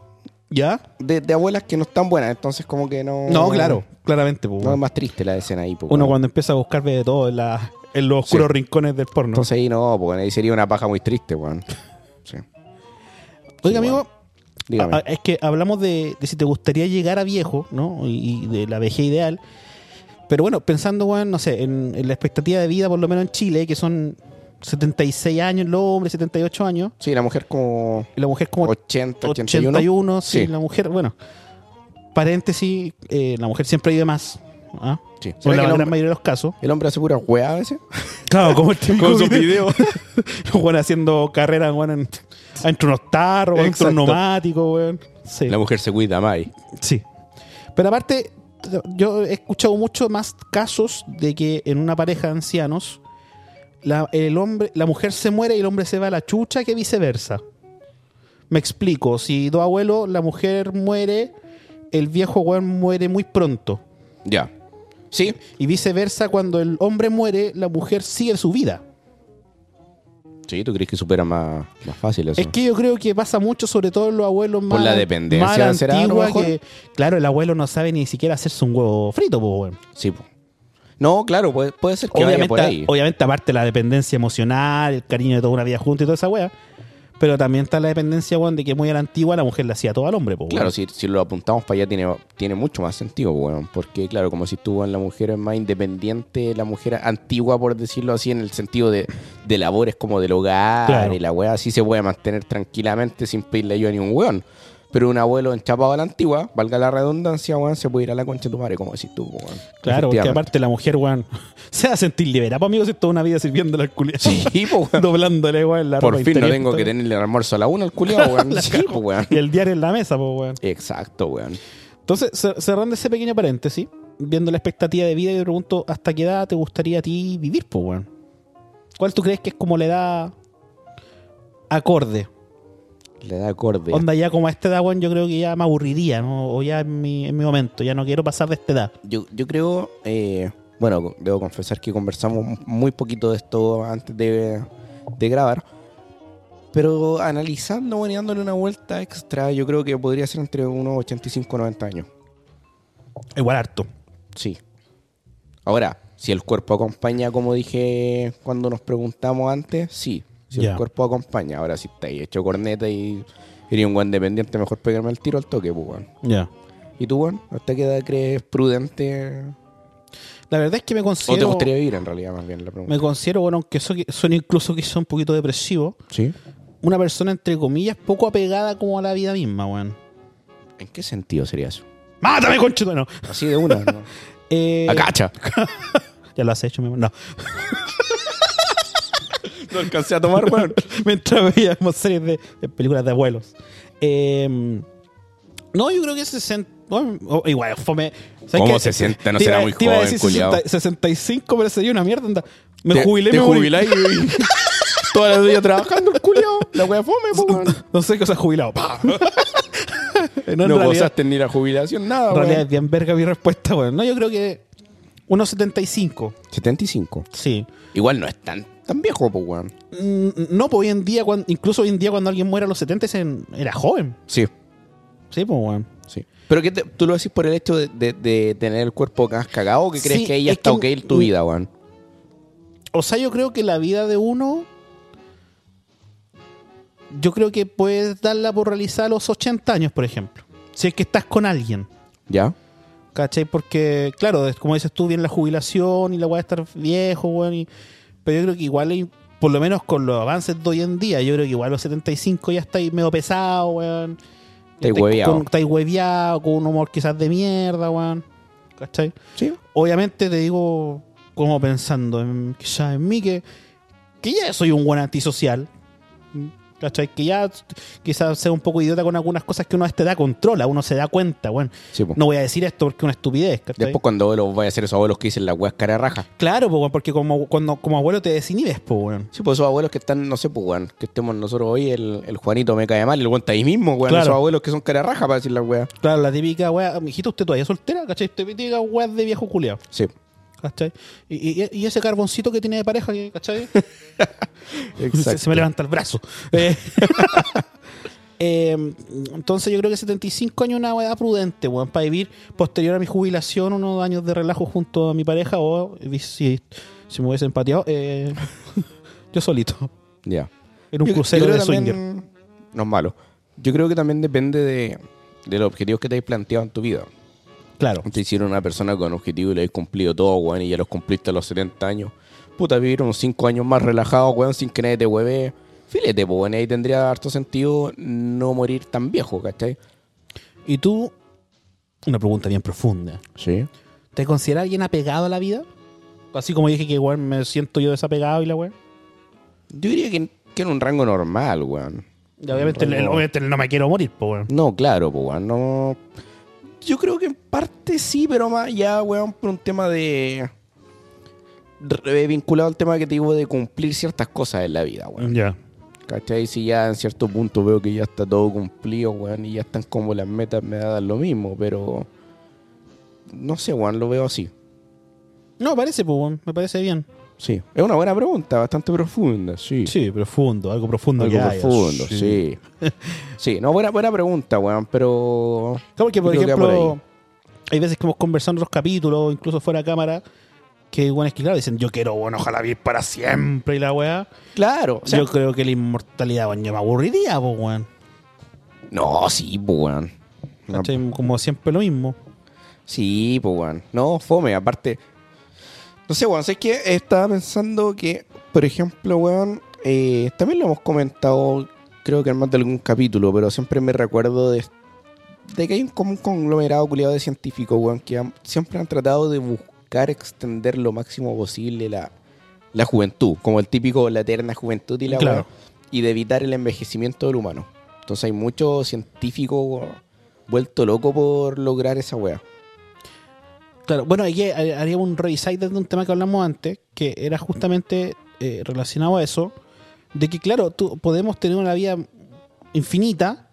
S1: ¿Ya?
S2: de, de abuelas que no están buenas, entonces, como que no.
S1: No, claro, claramente. pues,
S2: Oh. No es más triste la escena ahí, pues.
S1: Uno
S2: weón.
S1: cuando empieza a buscar ve de todo en, la- en los oscuros
S2: Sí.
S1: rincones del porno.
S2: Entonces ahí no, pues, ahí sería una paja muy triste, weón. Sí.
S1: Oiga,
S2: sí,
S1: amigo,
S2: weón. Dígame.
S1: Ah, ah, es que hablamos de, de si te gustaría llegar a viejo, ¿no? Y, y de la vejez ideal. Pero bueno, pensando, weón, no sé, en, en la expectativa de vida, por lo menos en Chile, que son 76 años los hombres, 78 años,
S2: Sí, la mujer como.
S1: y la mujer como
S2: 80, 81.
S1: 81, sí,
S2: Sí.
S1: la mujer, bueno, paréntesis, eh, la mujer siempre vive más, ¿ah?
S2: Sí.
S1: Por
S2: ¿Será
S1: la
S2: que el
S1: gran
S2: hombre-
S1: mayoría de los casos.
S2: El hombre hace pura weá a veces.
S1: Claro, como el típico
S2: Con sus
S1: video. Los weón haciendo carreras, weón, en- entre unos tarros, weón, entre
S2: Exacto.
S1: unos neumáticos, weón. Sí.
S2: La mujer se cuida más. ahí.
S1: Sí. Pero aparte, yo he escuchado mucho más casos de que en una pareja de ancianos, la, el hombre, la mujer se muere y el hombre se va a la chucha que viceversa. Me explico, si dos abuelos, la mujer muere, el viejo weón muere muy pronto.
S2: Ya. Sí,
S1: Y viceversa, cuando el hombre muere, la mujer sigue su vida.
S2: Sí, ¿tú crees que supera más, más fácil eso?
S1: Es que yo creo que pasa mucho, sobre todo en los abuelos más.
S2: Por la dependencia,
S1: más
S2: será, a lo
S1: antigua
S2: mejor.
S1: que, claro, el abuelo no sabe ni siquiera hacerse un huevo frito, pues, weón.
S2: Sí, po. No, claro, puede, puede ser que vaya
S1: obviamente,
S2: por ahí.
S1: obviamente, aparte la dependencia emocional, el cariño de toda una vida junta y toda esa wea. Pero también está la dependencia, weón, de que muy a la antigua la mujer le hacía todo al hombre, po, weón.
S2: Claro, si, si lo apuntamos para allá tiene, tiene mucho más sentido, weón. Porque, claro, como si tú, weón, la mujer es más independiente, la mujer antigua, por decirlo así, en el sentido de, de labores como del hogar
S1: Claro.
S2: y la weá, así se puede mantener tranquilamente sin pedirle ayuda a ningún weón. Pero un abuelo enchapado a la antigua, valga la redundancia, weón, se puede ir a la concha de tu madre, como decís tú, weón.
S1: Claro, porque
S2: Efectivamente.
S1: aparte la mujer, weón, se va a sentir liberada. Pues, amigo, si es toda una vida sirviéndole al culiado.
S2: Sí, po, weón.
S1: Doblándole, weón, la
S2: Por
S1: ropa
S2: fin no
S1: interior,
S2: tengo
S1: todo.
S2: que tenerle el almuerzo a la una al culiado, weón. Sí, po, weón.
S1: Y el diario en la mesa, pues, weón.
S2: Exacto, weón.
S1: Entonces, cer- cerrando ese pequeño paréntesis, viendo la expectativa de vida, yo te pregunto, ¿hasta qué edad te gustaría a ti vivir, pues, weón? ¿Cuál tú crees que es como la edad acorde?
S2: Le da acorde.
S1: Onda, ya como a esta edad, weón, yo creo que ya me aburriría, ¿no? O ya en mi, en mi momento, ya no quiero pasar de esta edad.
S2: Yo, yo creo, eh, bueno, co- debo confesar que conversamos muy poquito de esto antes de, de grabar, pero analizando, bueno, y dándole una vuelta extra, yo creo que podría ser entre unos 85 y 90 años.
S1: Igual harto.
S2: Sí. Ahora, si el cuerpo acompaña, como dije cuando nos preguntamos antes, sí. Si
S1: Ya.
S2: el cuerpo acompaña, ahora si estáis hecho corneta y iría un buen dependiente, mejor pegarme el tiro al toque, pues, weón.
S1: Ya.
S2: ¿Y tú, weón? ¿Hasta qué edad crees prudente?
S1: La verdad es que me
S2: ¿O te
S1: considero.
S2: gustaría vivir en realidad, más bien la pregunta?
S1: me considero, bueno, aunque eso, suene incluso quizá un poquito depresivo,
S2: Sí.
S1: una persona entre comillas poco apegada como a la vida misma, weón.
S2: ¿En qué sentido sería eso?
S1: ¡Mátame, conchito! No.
S2: Así de una, ¿no?
S1: Eh,
S2: ¡Acacha!
S1: Ya lo has hecho, mi amor. No.
S2: No alcancé a tomar, weón.
S1: mientras veíamos series de, de películas de abuelos. Eh, no, yo creo que 60. bueno, oh, igual, fome. ¿Sabes
S2: ¿Cómo
S1: qué?
S2: 60? No
S1: Te
S2: será
S1: iba-
S2: muy
S1: te iba a
S2: joven,
S1: decir
S2: culiao.
S1: 60 65, pero sería una mierda. anda. Me
S2: Te-
S1: jubilé,
S2: te
S1: me morí.
S2: jubiláis y- Toda la vida trabajando, el culiao. La wea fome, po, weón.
S1: No sé qué se ha jubilado. pa. no, en
S2: No
S1: realidad-
S2: gozaste ni la jubilación, nada,
S1: en realidad es
S2: weón.
S1: bien verga mi respuesta, bueno. No, yo creo que unos 75.
S2: 75.
S1: Sí.
S2: Igual no es tan, tan viejo, po, weón.
S1: Mm, No, pues hoy en día, cuan- incluso hoy en día, cuando alguien muere a los 70, dicen, era joven.
S2: Sí,
S1: Sí, pues, weón.
S2: sí. ¿Pero qué te- tú lo decís por el hecho de, de- de tener el cuerpo que has cagado o que crees
S1: Sí,
S2: que ella
S1: es
S2: está
S1: que-
S2: ok en tu vida, weón?
S1: O sea, yo creo que la vida de uno. Yo creo que puedes darla por realizada a los 80 años, por ejemplo. Si es que estás con alguien.
S2: ¿Ya?
S1: ¿Cachai? Porque, claro, es como dices tú, viene la jubilación y la voy a estar viejo, weón. y- Pero yo creo que igual, hay- por lo menos con los avances de hoy en día, yo creo que igual a los 75 ya estáis medio pesado, weón.
S2: Estáis hueveado.
S1: con- Estáis hueveado, con un humor quizás de mierda, weón. ¿Cachai?
S2: Sí.
S1: obviamente te digo como pensando en, quizás en mí que, que ya soy un buen antisocial. ¿Cachai? Que ya quizás sea un poco idiota con algunas cosas que uno a esta edad controla, uno se da cuenta, bueno,
S2: Sí, po.
S1: no voy a decir esto porque es una estupidez, ¿cachai?
S2: Después cuando abuelos vaya a ser esos abuelos que dicen la weas cara de raja.
S1: Claro, po, weón, porque como, cuando, como abuelo te desinhibes, po, weón.
S2: Sí, pues esos abuelos que están, no sé, pues, weón, que estemos nosotros hoy, el, el Juanito me cae mal, el weón está ahí mismo, weón.
S1: Claro.
S2: Esos abuelos que son cara raja para decir la weá.
S1: Claro, la típica wea, mijito, usted todavía es soltera, ¿cachai? Típica wea de viejo culiao,
S2: Sí,
S1: ¿cachai? Y, y- y ese carboncito que tiene de pareja, que, ¿cachai? Se, se
S2: exacto.
S1: me levanta el brazo. Eh, eh, entonces yo creo que 75 años es una edad prudente, weón, para vivir posterior a mi jubilación unos años de relajo junto a mi pareja o eh, si, si me hubiese empateado, eh, yo solito,
S2: Ya.
S1: en un
S2: Yo- yo
S1: crucero
S2: creo
S1: de
S2: que
S1: swinger.
S2: también- No es malo. Yo creo que también depende de, de los objetivos que te hayas planteado en tu vida.
S1: Claro,
S2: Te hicieron una persona con objetivos y lo habéis cumplido todo, weón, y ya los cumpliste a los 70 años. Puta, vivir unos 5 años más relajado, weón, sin que nadie te hueve. Filete, pues, weón, ahí tendría harto sentido no morir tan viejo, ¿cachai?
S1: y tú, una pregunta bien profunda.
S2: Sí.
S1: ¿Te consideras alguien apegado a la vida? Así como dije que igual me siento yo desapegado y la weón.
S2: Yo diría que, que en un rango normal, weón.
S1: Y obviamente, el- el- obviamente el no me quiero morir, pues weón.
S2: No, claro, pues, weón. No... Yo creo que en parte sí, pero más ya, weón, por un tema de. re- vinculado al tema que te digo de cumplir ciertas cosas en la vida, weón.
S1: Ya.
S2: ¿Cachai? Si ya en cierto punto veo que ya está todo cumplido, weón, y ya están como las metas, me da lo mismo, pero. No sé, weón, lo veo así.
S1: No, parece, pues weón, me parece bien.
S2: Sí. Es una buena pregunta, bastante profunda, sí.
S1: Sí, profundo, algo profundo.
S2: Algo
S1: que haya.
S2: profundo, sí. Sí, no, buena, buena pregunta, weón, pero.
S1: Claro, porque, por
S2: Yo creo que va
S1: ejemplo, hay veces que hemos conversado en otros capítulos, incluso fuera de cámara, que hay buenas que, claro, dicen, yo quiero, bueno, ojalá vivir para siempre y la weá.
S2: Claro. o sea,
S1: yo creo que la inmortalidad, weón, yo me aburriría, pues, weón.
S2: No, sí, pues, weón. No,
S1: ¿Cachai? Como siempre lo mismo.
S2: Sí, pues, weón. No, fome, aparte. No sé, weón, sé que estaba pensando que, por ejemplo, weón, eh, también lo hemos comentado, creo que en más de algún capítulo, pero siempre me recuerdo de, de que hay un, como un conglomerado culiado de científicos, weón, que han- siempre han tratado de buscar extender lo máximo posible la, la juventud, como el típico, la eterna juventud y la
S1: Claro.
S2: weá, y de evitar el envejecimiento del humano. Entonces hay muchos científicos weón, vuelto loco por lograr esa weá.
S1: Claro, bueno, aquí ha- haría un revisite de un tema que hablamos antes, que era justamente eh, relacionado a eso, de que claro, tú, podemos tener una vida infinita,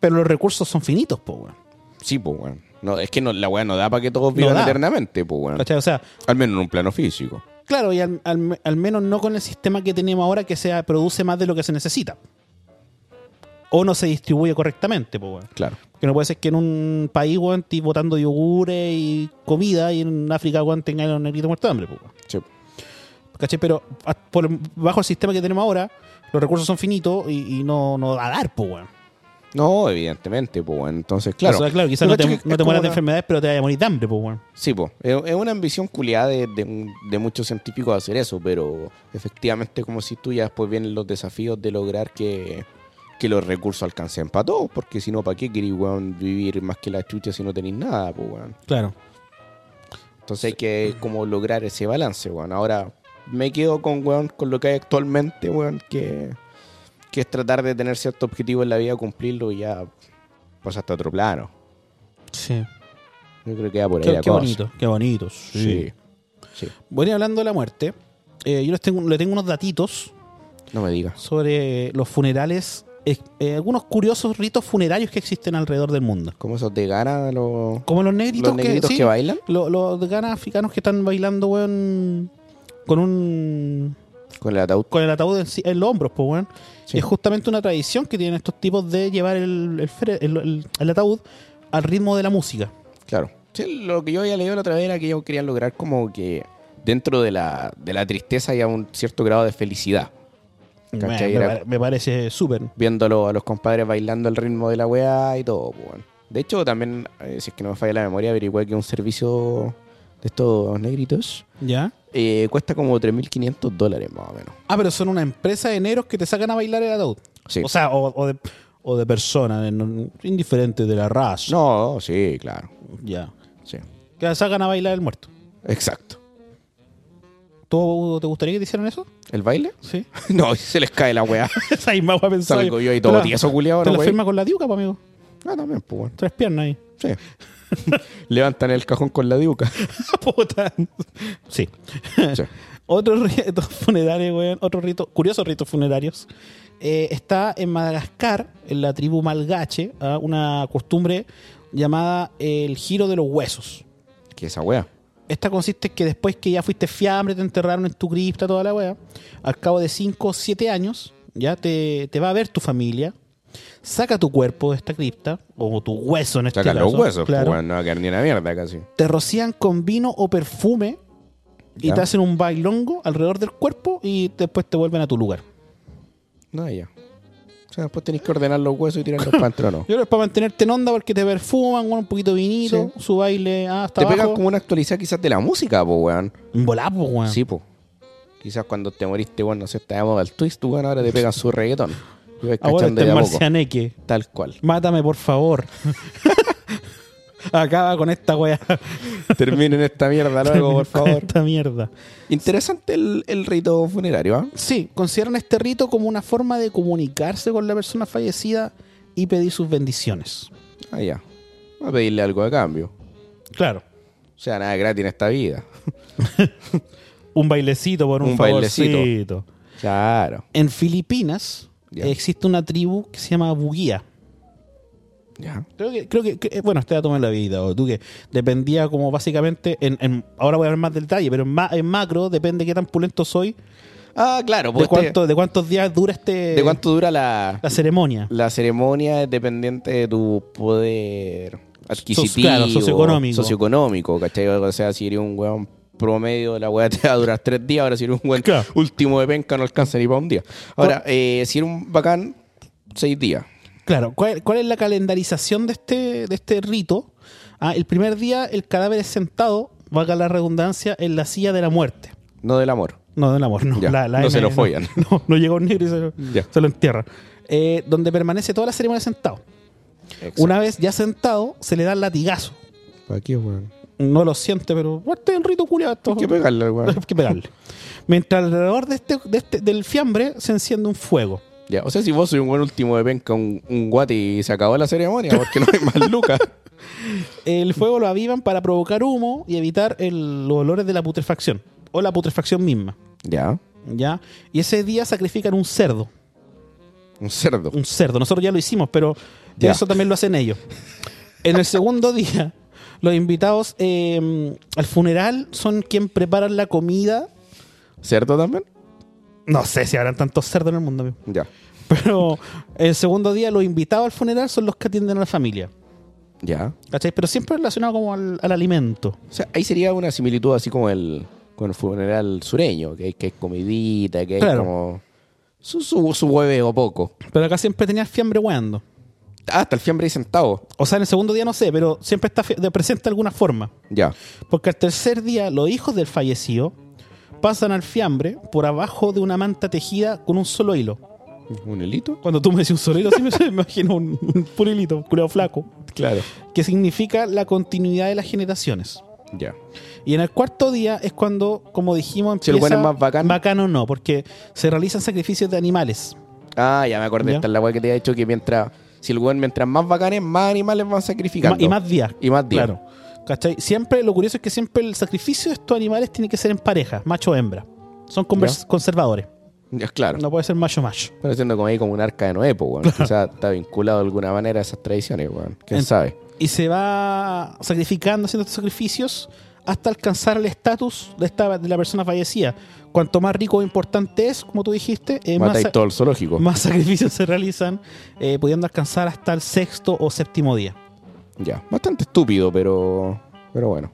S1: pero los recursos son finitos, po, weón.
S2: Sí, pues, weón. No, es que no, la weá no da para que todos vivan
S1: da.
S2: eternamente, pues, weón.
S1: ¿Cachai? O sea,
S2: Al menos en un plano físico.
S1: claro, y al, al- al menos no con el sistema que tenemos ahora que se produce más de lo que se necesita. O no se distribuye correctamente, po, weón.
S2: Claro.
S1: Que no puede ser que en un país, weón, estés botando yogures y comida, y en África, weón, tengan los negritos muertos de hambre, po, weón.
S2: Sí.
S1: ¿Cachai? Pero a- por, bajo el sistema que tenemos ahora, los recursos son finitos y, y no, no va a dar, pues, weón.
S2: No, evidentemente, pues, weón. Entonces, claro.
S1: O sea, claro,
S2: Yo
S1: quizás no te,
S2: cacho que
S1: no
S2: es
S1: te
S2: como
S1: mueras de
S2: una-
S1: enfermedades, pero te vaya a morir de hambre, pues, weón.
S2: Sí, pues. Es es una ambición culiada de, de un- de muchos científicos hacer eso, pero efectivamente, como si tú ya después vienen los desafíos de lograr que, que los recursos alcancen para todos, porque si no, ¿para qué querís, weón, vivir más que la chucha si no tenéis nada, pues, weón?
S1: Claro.
S2: Entonces hay que como lograr ese balance, weón. Ahora me quedo con, weón, con lo que hay actualmente, weón, que, que es tratar de tener cierto objetivo en la vida, cumplirlo y ya pasaste a otro plano.
S1: Sí.
S2: Yo creo que va por ahí
S1: Qué,
S2: la
S1: qué
S2: cosa.
S1: bonito, qué bonito. Sí.
S2: Sí. sí.
S1: Bueno, y hablando de la muerte, eh, yo les tengo, le tengo unos datitos
S2: No me digas.
S1: sobre los funerales, eh, eh, algunos curiosos ritos funerarios que existen alrededor del mundo.
S2: ¿Cómo esos de Ghana los,
S1: Como los negritos,
S2: los negritos que,
S1: sí,
S2: bailan?
S1: lo- Los, ganas africanos que están bailando, weón, con un
S2: Con el ataúd.
S1: con el ataúd en, sí- en los hombros, pues, weón.
S2: Sí.
S1: Y es justamente una tradición que tienen estos tipos de llevar el, el fre- el- el- el ataúd al ritmo de la música.
S2: Claro. Sí, lo que yo había leído la otra vez era que ellos querían lograr como que dentro de la, de la tristeza haya un cierto grado de felicidad.
S1: Me,
S2: ¿Cachai?
S1: me
S2: Era-
S1: pare- me parece súper.
S2: viéndolo a los compadres bailando el ritmo de la weá y todo, pues, weón. De hecho, también, eh, si es que no me falla la memoria, averigué que un servicio de estos negritos
S1: ¿Ya?
S2: eh, cuesta como 3.500 dólares más o menos.
S1: Ah, pero son una empresa de negros que te sacan a bailar el ataúd.
S2: Sí.
S1: O sea, o, o de, o de personas, eh, no- indiferente de la raza.
S2: No, sí, claro.
S1: Ya.
S2: Sí.
S1: Que te sacan a bailar el muerto.
S2: Exacto.
S1: ¿Tú te gustaría que te hicieran eso?
S2: ¿El baile?
S1: Sí.
S2: No, se les cae la weá.
S1: Esa misma a pensar.
S2: Salgo yo ahí todo tieso, culiao,
S1: Te
S2: no,
S1: la
S2: wey.
S1: firma con la diuca, pues, amigo.
S2: Ah, también, pues, weón.
S1: Tres piernas ahí.
S2: Sí. Levantan el cajón con la diuca.
S1: Puta. Sí.
S2: Sí.
S1: Otros ritos funerarios, weón. Otros ritos, curiosos ritos funerarios. Eh, está en Madagascar, en la tribu malgache, ah, una costumbre llamada el giro de los huesos.
S2: Que esa weá.
S1: Esta consiste en que después que ya fuiste fiambre, te enterraron en tu cripta, toda la wea, al cabo de 5 o 7 años, ya te, te va a ver tu familia, saca tu cuerpo de esta cripta, o tu hueso en este
S2: Sacan los
S1: caso,
S2: huesos, pues,
S1: claro,
S2: weón. No va a quedar ni una mierda casi.
S1: te rocían con vino o perfume y
S2: Ya.
S1: te hacen un bailongo alrededor del cuerpo y después te vuelven a tu lugar.
S2: No, ya. O sea, después tenéis que ordenar los huesos y tirar los pantronos.
S1: Yo creo que es para mantenerte en onda porque te perfuman, bueno, un poquito de vinito, su baile ah, hasta
S2: Te pegan
S1: abajo.
S2: como una actualizada quizás de la música, po, weón.
S1: Un volapo, weón.
S2: Sí, po. Quizás cuando te moriste, weón, no sé, te llamaba el twist, weón, ahora te pegan su reggaetón. Y vas
S1: Ahora este
S2: cachando
S1: está
S2: de
S1: el
S2: a poco.
S1: marcianeque.
S2: Tal cual.
S1: Mátame, por favor. Acaba con esta weá.
S2: Terminen esta mierda luego, por
S1: Con
S2: favor.
S1: Esta mierda.
S2: Interesante el, el rito funerario, ¿ah?
S1: Sí, consideran este rito como una forma de comunicarse con la persona fallecida y pedir sus bendiciones.
S2: Ah, ya. Voy a pedirle algo de cambio.
S1: Claro.
S2: O sea, nada gratis en esta vida.
S1: Un bailecito por un,
S2: Un
S1: favorcito.
S2: bailecito. Claro.
S1: En Filipinas
S2: Ya.
S1: existe una tribu que se llama Bugia.
S2: Ya.
S1: Creo que, creo que, que- bueno, este dato me lo había dado tú, que dependía como básicamente, en, en- ahora voy a hablar más del detalle, pero en, ma- en macro depende qué tan pulento soy,
S2: Ah, claro, pues
S1: de, cuánto, de cuántos días dura este,
S2: ¿de cuánto dura la,
S1: la ceremonia.
S2: la ceremonia es dependiente de tu poder adquisitivo.
S1: claro, socioeconómico.
S2: Socioeconómico, ¿cachai? O sea, si eres un weón promedio de la weá te va a durar tres días. Ahora, si eres un buen
S1: Claro.
S2: último de penca, no alcanza ni para un día. Ahora, eh, si eres un bacán, seis días.
S1: Claro, ¿cuál, cuál es la calendarización de este, de este rito? Ah, el primer día el cadáver es sentado, valga la redundancia, en la silla de la muerte.
S2: No del amor.
S1: No, del amor, no.
S2: Ya,
S1: La- la
S2: no se lo
S1: no-
S2: follan.
S1: No, no llegó un negro y se lo,
S2: Ya.
S1: se lo entierran. Eh, donde permanece toda la ceremonia sentado. Una vez ya sentado, se le da el latigazo.
S2: ¿Para qué, weón?
S1: No lo siente, pero este es un rito culiado. esto.
S2: Hay que pegarle al
S1: Hay
S2: weón.
S1: que pegarle. Mientras alrededor de este, de este- del fiambre se enciende un fuego.
S2: Ya, o sea, si vos sois un buen último de penca, un, un guate y se acabó la ceremonia, porque no hay más lucas.
S1: El fuego lo avivan para provocar humo y evitar el- los olores de la putrefacción. O la putrefacción misma.
S2: ya.
S1: ¿Ya? Y ese día sacrifican un cerdo.
S2: Un cerdo.
S1: Un cerdo. Nosotros ya lo hicimos, pero
S2: Ya.
S1: eso también lo hacen ellos. En el segundo día, los invitados eh, al funeral son quien preparan la comida.
S2: ¿Cerdo también?
S1: No sé si habrán tantos cerdos en el mundo, amigo.
S2: Ya.
S1: pero el segundo día los invitados al funeral son los que atienden a la familia.
S2: Ya.
S1: ¿Cachai? Pero siempre relacionado como al, al alimento.
S2: O sea, ahí sería una similitud así como el con el funeral sureño, que hay que hay comidita, que hay
S1: Claro.
S2: como su, su, su hueveo poco.
S1: Pero acá siempre tenía el fiambre hueando.
S2: Ah, Hasta el fiambre y centavo.
S1: O sea, en el segundo día no sé, pero siempre está fi- de presente de alguna forma.
S2: Ya.
S1: Porque al tercer día, los hijos del fallecido pasan al fiambre por abajo de una manta tejida con un solo hilo.
S2: ¿Un hilito?
S1: Cuando tú me decís un solo hilo, sí me, me imagino un, un puro hilito, un culeo flaco,
S2: Claro.
S1: que significa la continuidad de las generaciones.
S2: Ya.
S1: Y en el cuarto día es cuando, como dijimos, empieza...
S2: Si el bueno es más bacán.
S1: Bacano no, porque se realizan sacrificios de animales.
S2: Ah, ya me acordé.
S1: Ya.
S2: Esta es la hueá que te he dicho que mientras, si el hueón mientras más bacanes, más animales van sacrificando.
S1: Ma- Y más días.
S2: Y más días.
S1: Claro. ¿Cachai? Siempre, lo curioso es que siempre el sacrificio de estos animales tiene que ser en pareja, macho o hembra. Son convers-
S2: Ya.
S1: conservadores.
S2: Ya, Claro.
S1: No puede ser macho macho.
S2: Pero siendo como ahí como un arca de Noé, pues, weón. Quizás está vinculado de alguna manera a esas tradiciones, weón. ¿Quién
S1: En-
S2: sabe?
S1: Y se va sacrificando, haciendo estos sacrificios hasta alcanzar el estatus de, esta- de la persona fallecida. Cuanto más rico o importante es, como tú dijiste, eh, más,
S2: Matáis
S1: sa-
S2: todo el zoológico.
S1: más sacrificios se realizan, eh, pudiendo alcanzar hasta el sexto o séptimo día.
S2: Ya. Bastante estúpido, pero. Pero bueno.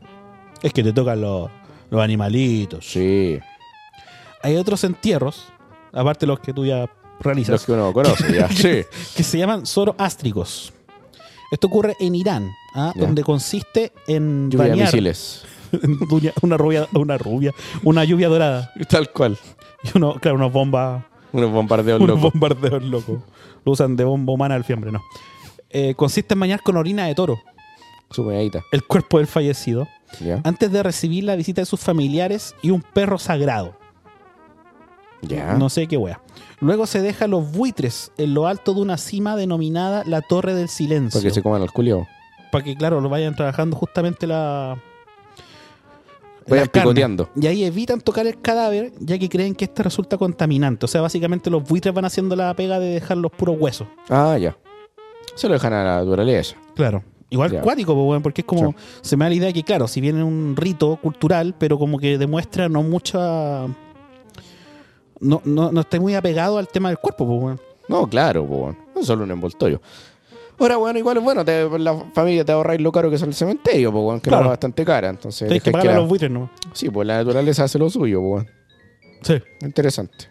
S1: Es que te tocan los, los animalitos.
S2: Sí.
S1: Hay otros entierros, aparte los que tú ya realizas,
S2: Los que uno conoce, ya. sí.
S1: que se llaman zoroástricos. Esto ocurre en Irán, ¿ah?
S2: Ya.
S1: donde consiste en
S2: Lluvia de
S1: bañar
S2: misiles.
S1: una rubia, una rubia, una lluvia dorada
S2: Tal cual.
S1: y uno, claro, unos bombas,
S2: Unos bombardeos
S1: unos
S2: locos.
S1: bombardeos locos. Lo usan de bomba humana al fiambre, no. Eh, consiste en bañar con orina de toro
S2: Su meadita.
S1: el cuerpo del fallecido
S2: Ya.
S1: antes de recibir la visita de sus familiares y un perro sagrado.
S2: Ya.
S1: No sé qué wea. Luego se deja los buitres en lo alto de una cima denominada la Torre del Silencio.
S2: Porque se coman al culio.
S1: Para que, claro, lo vayan trabajando justamente la.
S2: Vayan
S1: la carne.
S2: picoteando.
S1: Y ahí evitan tocar el cadáver, ya que creen que este resulta contaminante. O sea, básicamente los buitres van haciendo la pega de dejar los puros huesos.
S2: Ah, ya. Se lo dejan a la naturaleza.
S1: Claro. Igual
S2: Ya.
S1: cuático, pues, weón, porque es como. Se me da la idea que, claro, si viene un rito cultural, pero como que demuestra no mucha. No, no, no estoy muy apegado al tema del cuerpo, pues, weón.
S2: No, claro, po, weón. no es solo un envoltorio. Ahora, bueno, igual es bueno, te- la familia te ahorráis lo caro que es el cementerio, po, weón, que
S1: Claro.
S2: no es bastante cara. Entonces,
S1: Tienes que
S2: dejáis
S1: pagar
S2: que
S1: a
S2: la-
S1: los buitres, ¿no?
S2: Sí, pues la naturaleza hace lo suyo, po, weón.
S1: Sí.
S2: Interesante.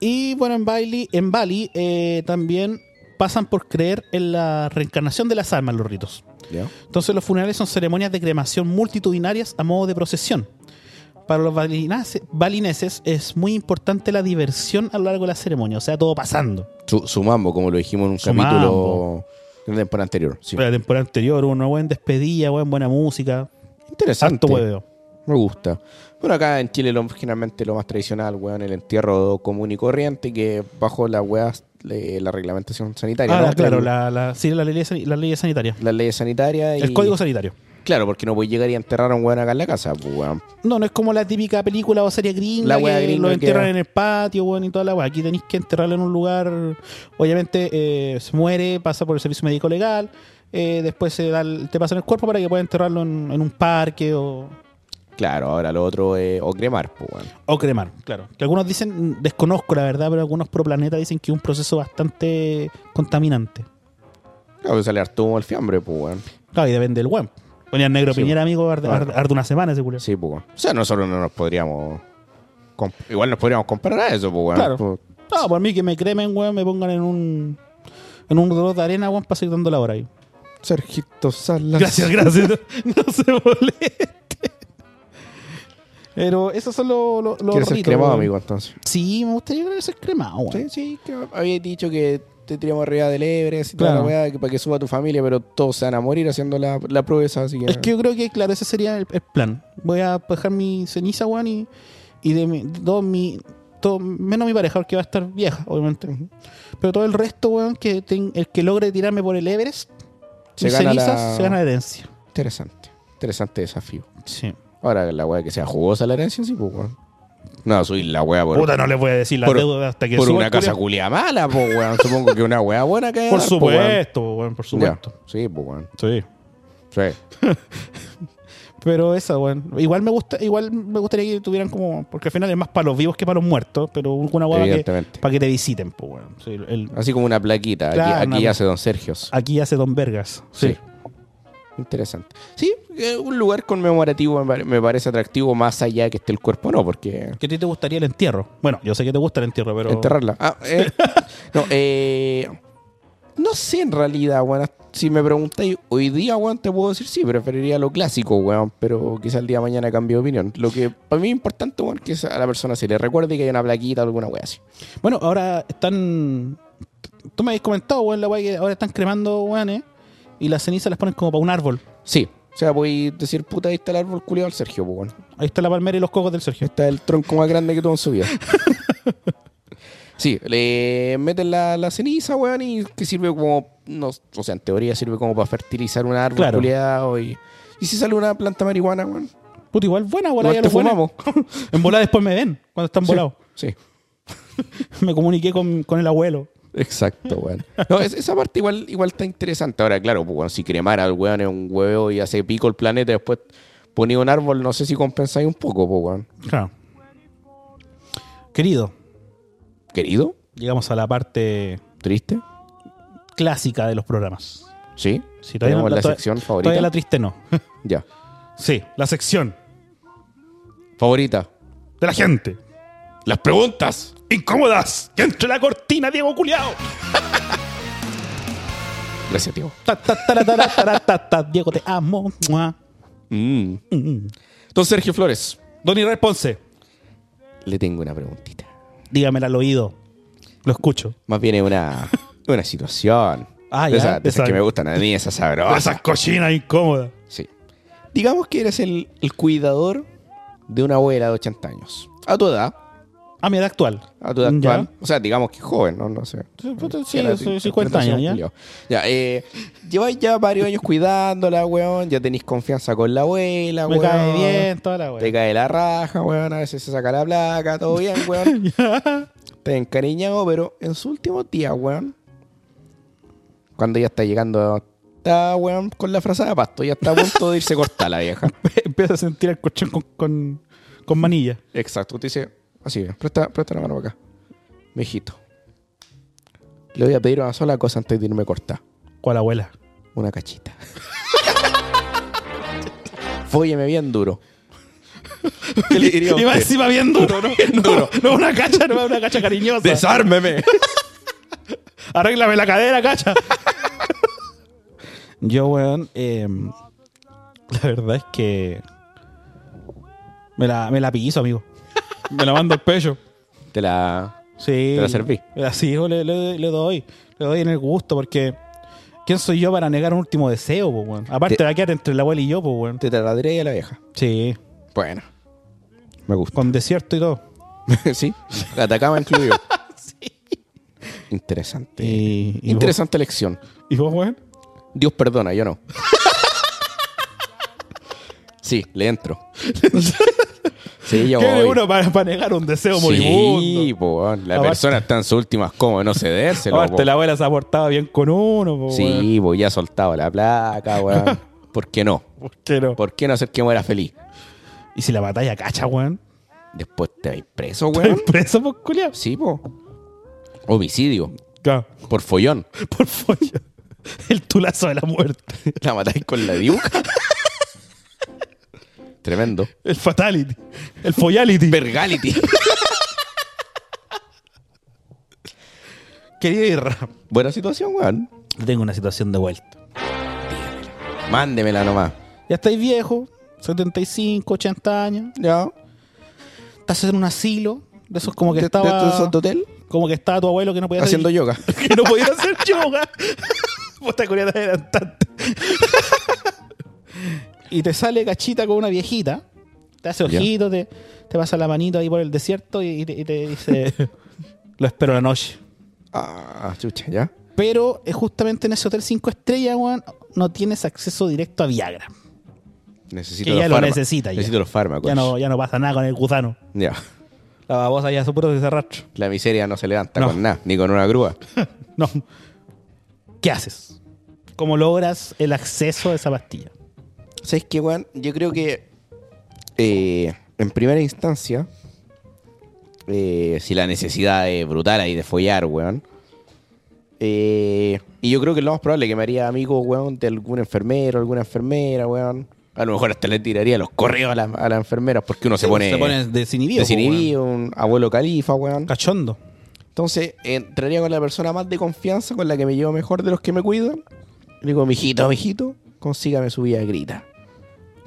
S1: Y bueno, en Bali, en Bali eh, también pasan por creer en la reencarnación de las almas los ritos.
S2: ¿Ya?
S1: Entonces los funerales son ceremonias de cremación multitudinarias a modo de procesión. Para los balinace- balineses es muy importante la diversión a lo largo de la ceremonia, o sea, todo pasando.
S2: Su, su mambo, como lo dijimos en un
S1: Su
S2: capítulo
S1: mambo.
S2: en la temporada anterior. Sí.
S1: La temporada anterior hubo una buena despedida, buen- buena música, santo
S2: Interesante.
S1: hueveo.
S2: Me gusta. Bueno, acá en Chile lo, generalmente lo más tradicional, weón, el entierro común y corriente, que bajo la weas, le- la reglamentación sanitaria.
S1: Ah,
S2: ¿no?
S1: la- claro,
S2: El-
S1: la, la, sí, la ley, san- la ley sanitaria.
S2: Las leyes sanitarias y...
S1: El código sanitario.
S2: Claro, porque no puedes llegar y enterrar a un weón acá en la casa, pues, weón.
S1: No, no es como la típica película o serie gringa
S2: La
S1: que
S2: wea gringa
S1: lo
S2: que-
S1: entierran en el patio, weón, y toda la weá. Aquí tenéis que enterrarlo en un lugar. Obviamente eh, se muere, pasa por el servicio médico legal, eh, después se da el- te pasan el cuerpo para que puedas enterrarlo en, en un parque o,
S2: Claro, ahora lo otro es o cremar, pues, weón.
S1: o cremar, claro. Que algunos dicen, mm, desconozco la verdad, pero algunos pro planeta dicen que es un proceso bastante contaminante.
S2: Claro, que sale harto humo al fiambre, pues, weón.
S1: Claro, y depende del weón. Ponían negro
S2: Sí,
S1: piñera, amigo, arde,
S2: Claro.
S1: arde- arde una semana ese culiao.
S2: Sí, pues. weón. O sea, nosotros no nos podríamos. comp- Igual nos podríamos comprar a eso, pues, weón.
S1: Claro.
S2: Pues,
S1: No, por mí que me cremen, weón, me pongan en un. En un reloj de arena, weón, para seguir dando la hora ahí.
S2: Sergito Salas.
S1: Gracias, gracias. No, no se moleste. Pero esos son los, los, los
S2: Quieres ser
S1: ritos,
S2: cremado,
S1: weón.
S2: amigo, entonces.
S1: Sí, me gustaría ser cremado, weón.
S2: Sí, sí, que había dicho que te tiramos arriba del Everest y
S1: Claro.
S2: toda la weá que- para que suba tu familia, pero todos se van a morir haciendo la, la proeza, así que.
S1: Es que yo creo que, claro, ese sería el, el plan. Voy a dejar mi ceniza, weón, y, y de mi, todo mi. todo- menos mi pareja, porque va a estar vieja, obviamente. Pero todo el resto, weón, que ten- el que logre tirarme por el Everest,
S2: Se
S1: mis
S2: gana la-
S1: cenizas, se gana herencia.
S2: Interesante. Interesante desafío.
S1: Sí.
S2: Ahora, la weá que sea jugosa la herencia, sí, pues, weón. No, subir la weá por,
S1: Puta, no les voy a decir la
S2: por-
S1: deuda hasta que
S2: por
S1: suba
S2: una
S1: el culiao.
S2: casa culia mala, pues, weón. Supongo que una weá buena que pues,
S1: Por supuesto, weón, por supuesto.
S2: Sí, pues, weón.
S1: Sí.
S2: Sí.
S1: Pero esa, weón. Igual me gusta, igual me gustaría que tuvieran como. Porque al final es más para los vivos que para los muertos, pero una weá que,
S2: Evidentemente.
S1: para que te visiten, pues, weón. Sí, el-
S2: Así como una plaquita. Aquí-
S1: Claro,
S2: aquí
S1: una-
S2: hace Don Sergios.
S1: aquí hace Don Vergas.
S2: Sí. Interesante. Sí, eh, un lugar conmemorativo me pare- me parece atractivo más allá que esté el cuerpo, no, porque
S1: ¿Qué a ti te gustaría el entierro? Bueno, yo sé que te gusta el entierro, pero.
S2: enterrarla. Ah, eh, no, eh, no sé en realidad, weón. Si me preguntáis hoy día, weón, te puedo decir sí, preferiría lo clásico, weón, pero quizá el día de mañana cambie de opinión. Lo que para mí es importante, weón, que a la persona se le recuerde que hay una plaquita o alguna weá así.
S1: Bueno, ahora están. Tú me habías comentado, weón, la weá que ahora están cremando, weón, ¿eh? Y las cenizas las ponen como para un árbol.
S2: Sí, o sea, podéis decir, puta, ahí está el árbol culiado al Sergio, pues, weón.
S1: Ahí está la palmera y los cocos del Sergio.
S2: Está el tronco más grande que tuvo en su vida. sí, le meten la, la ceniza, weón, y que sirve como. No, o sea, en teoría sirve como para fertilizar un árbol
S1: Claro.
S2: culiao y. Y si sale una planta marihuana, weón.
S1: Puta, igual buena, weón.
S2: igual
S1: ahí a
S2: te
S1: los buenos.
S2: este fumamos.
S1: En volada después me ven, cuando están volados.
S2: Sí, sí,
S1: Me comuniqué con, con el abuelo.
S2: exacto, weón. No, es- esa parte igual, igual está interesante. Ahora, claro, pues, weón, si cremara al weón es un huevo y hace pico el planeta, después ponía un árbol, no sé si compensáis un poco, pues, weón.
S1: Claro. Querido,
S2: Querido,
S1: llegamos a la parte
S2: triste,
S1: clásica de los programas.
S2: sí.
S1: Sí, todavía
S2: Tenemos
S1: no-
S2: la
S1: to-
S2: sección favorita.
S1: Todavía la triste no.
S2: Ya.
S1: Sí, la sección
S2: Favorita.
S1: de la gente.
S2: Las preguntas.
S1: Incómodas. Que entre la cortina, Diego Culeado.
S2: Gracias, tío.
S1: Ta, ta, ta, ta, ta, ta, ta, ta, Diego, te amo. Mua.
S2: Mm. Don Sergio Flores,
S1: Don Israel Ponce,
S2: le tengo una preguntita.
S1: dígamela al oído. Lo escucho.
S2: Más bien es una, una situación.
S1: Ah,
S2: de
S1: ya,
S2: esas, de esas
S1: exacto.
S2: que me gustan a mí, esas sabrosas.
S1: cochinas incómodas.
S2: Sí. Digamos que eres el, el cuidador de una abuela de 80 años. A tu edad.
S1: A mi edad actual.
S2: A tu edad
S1: Ya.
S2: actual. O sea, digamos que joven, ¿no? No sé.
S1: Sí, puta, sí,
S2: Que la
S1: yo soy 50 años, ¿ya?
S2: culiao. Ya, eh, lleváis ya varios años cuidándola, weón. Ya tenéis confianza con la abuela,
S1: Me
S2: weón.
S1: cae bien, toda la
S2: Te
S1: wea.
S2: cae la raja, weón. A veces se saca la placa, todo bien, weón. Te encariñado, pero en su último día, weón. Cuando ya está llegando, está, weón, con la frazada de pasto. Ya está a punto de irse corta la vieja.
S1: Empieza a sentir el colchón con, con, con manilla.
S2: Exacto. Te dice, así, bien, presta, presta la mano para acá. Mijito. Le voy a pedir una sola cosa antes de irme corta.
S1: ¿Cuál abuela?
S2: Una cachita. Fólleme bien duro. ¿Qué le diría
S1: Y va
S2: usted?
S1: encima bien duro, ¿no?
S2: Bien duro.
S1: No, una cacha, no, una cacha cariñosa.
S2: ¡Desármeme!
S1: Arréglame la cadera, cacha. Yo, weón, eh, la verdad es que me la, me la piso, amigo. Me la mando al pecho.
S2: Te la.
S1: Sí.
S2: Te la serví.
S1: Así, hijo, le, le- le doy. Le doy en el gusto porque ¿quién soy yo para negar un último deseo, po, weón? Aparte
S2: Te-
S1: va a quedar entre la abuela y yo, po, weón.
S2: Te trataré a la vieja.
S1: Sí.
S2: Bueno. Me gusta.
S1: Con desierto y todo.
S2: sí. Atacama incluido. Interesante.
S1: Y, y vos-
S2: Interesante lección.
S1: ¿Y vos, weón?
S2: Dios perdona, yo no. sí, le entro. sí, yo
S1: ¿Quién es
S2: voy.
S1: uno para, para negar un deseo moribundo?
S2: Sí, po, weón. la
S1: Aparte-
S2: persona está en sus últimas como no cedérselo.
S1: Aparte,
S2: po.
S1: la abuela se ha portado bien con uno, po, weón.
S2: Sí, pues ya ha soltado la placa, weón. ¿Por qué no?
S1: ¿Por qué no?
S2: ¿Por qué no hacer que muera feliz?
S1: ¿Y si la batalla cacha, weón?
S2: Después te vais preso,
S1: ¿Estás
S2: weón.
S1: preso por culiao?
S2: Sí, po. Homicidio.
S1: Claro.
S2: Por follón.
S1: Por follo. El tulazo de la muerte.
S2: La matáis con la dibuja. Tremendo.
S1: El fatality. El foyality.
S2: Vergality.
S1: Querida Irra,
S2: Buena situación, weón.
S1: tengo una situación de vuelta.
S2: Mándemela nomás.
S1: Ya estáis viejo, 75, 80 años.
S2: Ya.
S1: Estás en un asilo. De esos como que
S2: ¿De-
S1: estaba.
S2: de esos de hotel?
S1: Como que estaba tu abuelo que no podía hacer-
S2: Haciendo yoga.
S1: que no podía hacer yoga. Puta coreana adelantante. y te sale cachita con una viejita. Te hace
S2: Ya.
S1: ojito, te, te pasa la manito ahí por el desierto y, y te, y te dice: Lo espero la noche.
S2: Ah, chucha, ya.
S1: Pero eh, justamente en ese hotel 5 estrellas, weón, no tienes acceso directo a Viagra.
S2: Necesito
S1: Que ya
S2: los
S1: lo
S2: fármacos.
S1: necesita ya.
S2: Necesito los fármacos.
S1: Ya no, ya no pasa nada con el gusano.
S2: Ya.
S1: La babosa ya su puro se arrastra.
S2: La miseria no se levanta
S1: No.
S2: con nada, ni con una grúa.
S1: No. ¿Qué haces? ¿Cómo logras el acceso a esa pastilla?
S2: ¿Sabes qué, weón? Yo creo que eh, en primera instancia, eh, si la necesidad es brutal ahí de follar, weón. eh, y yo creo que lo más probable es que me haría amigo, weón, de algún enfermero, alguna enfermera, weón. A lo mejor hasta le tiraría los correos a las a las enfermeras porque uno se pone,
S1: desinhibido. pues,
S2: desinhibido, un abuelo califa, weón.
S1: Cachondo.
S2: Entonces, entraría con la persona más de confianza, con la que me llevo mejor de los que me cuidan. Le digo, mijito, mijito, consígame su vida grita.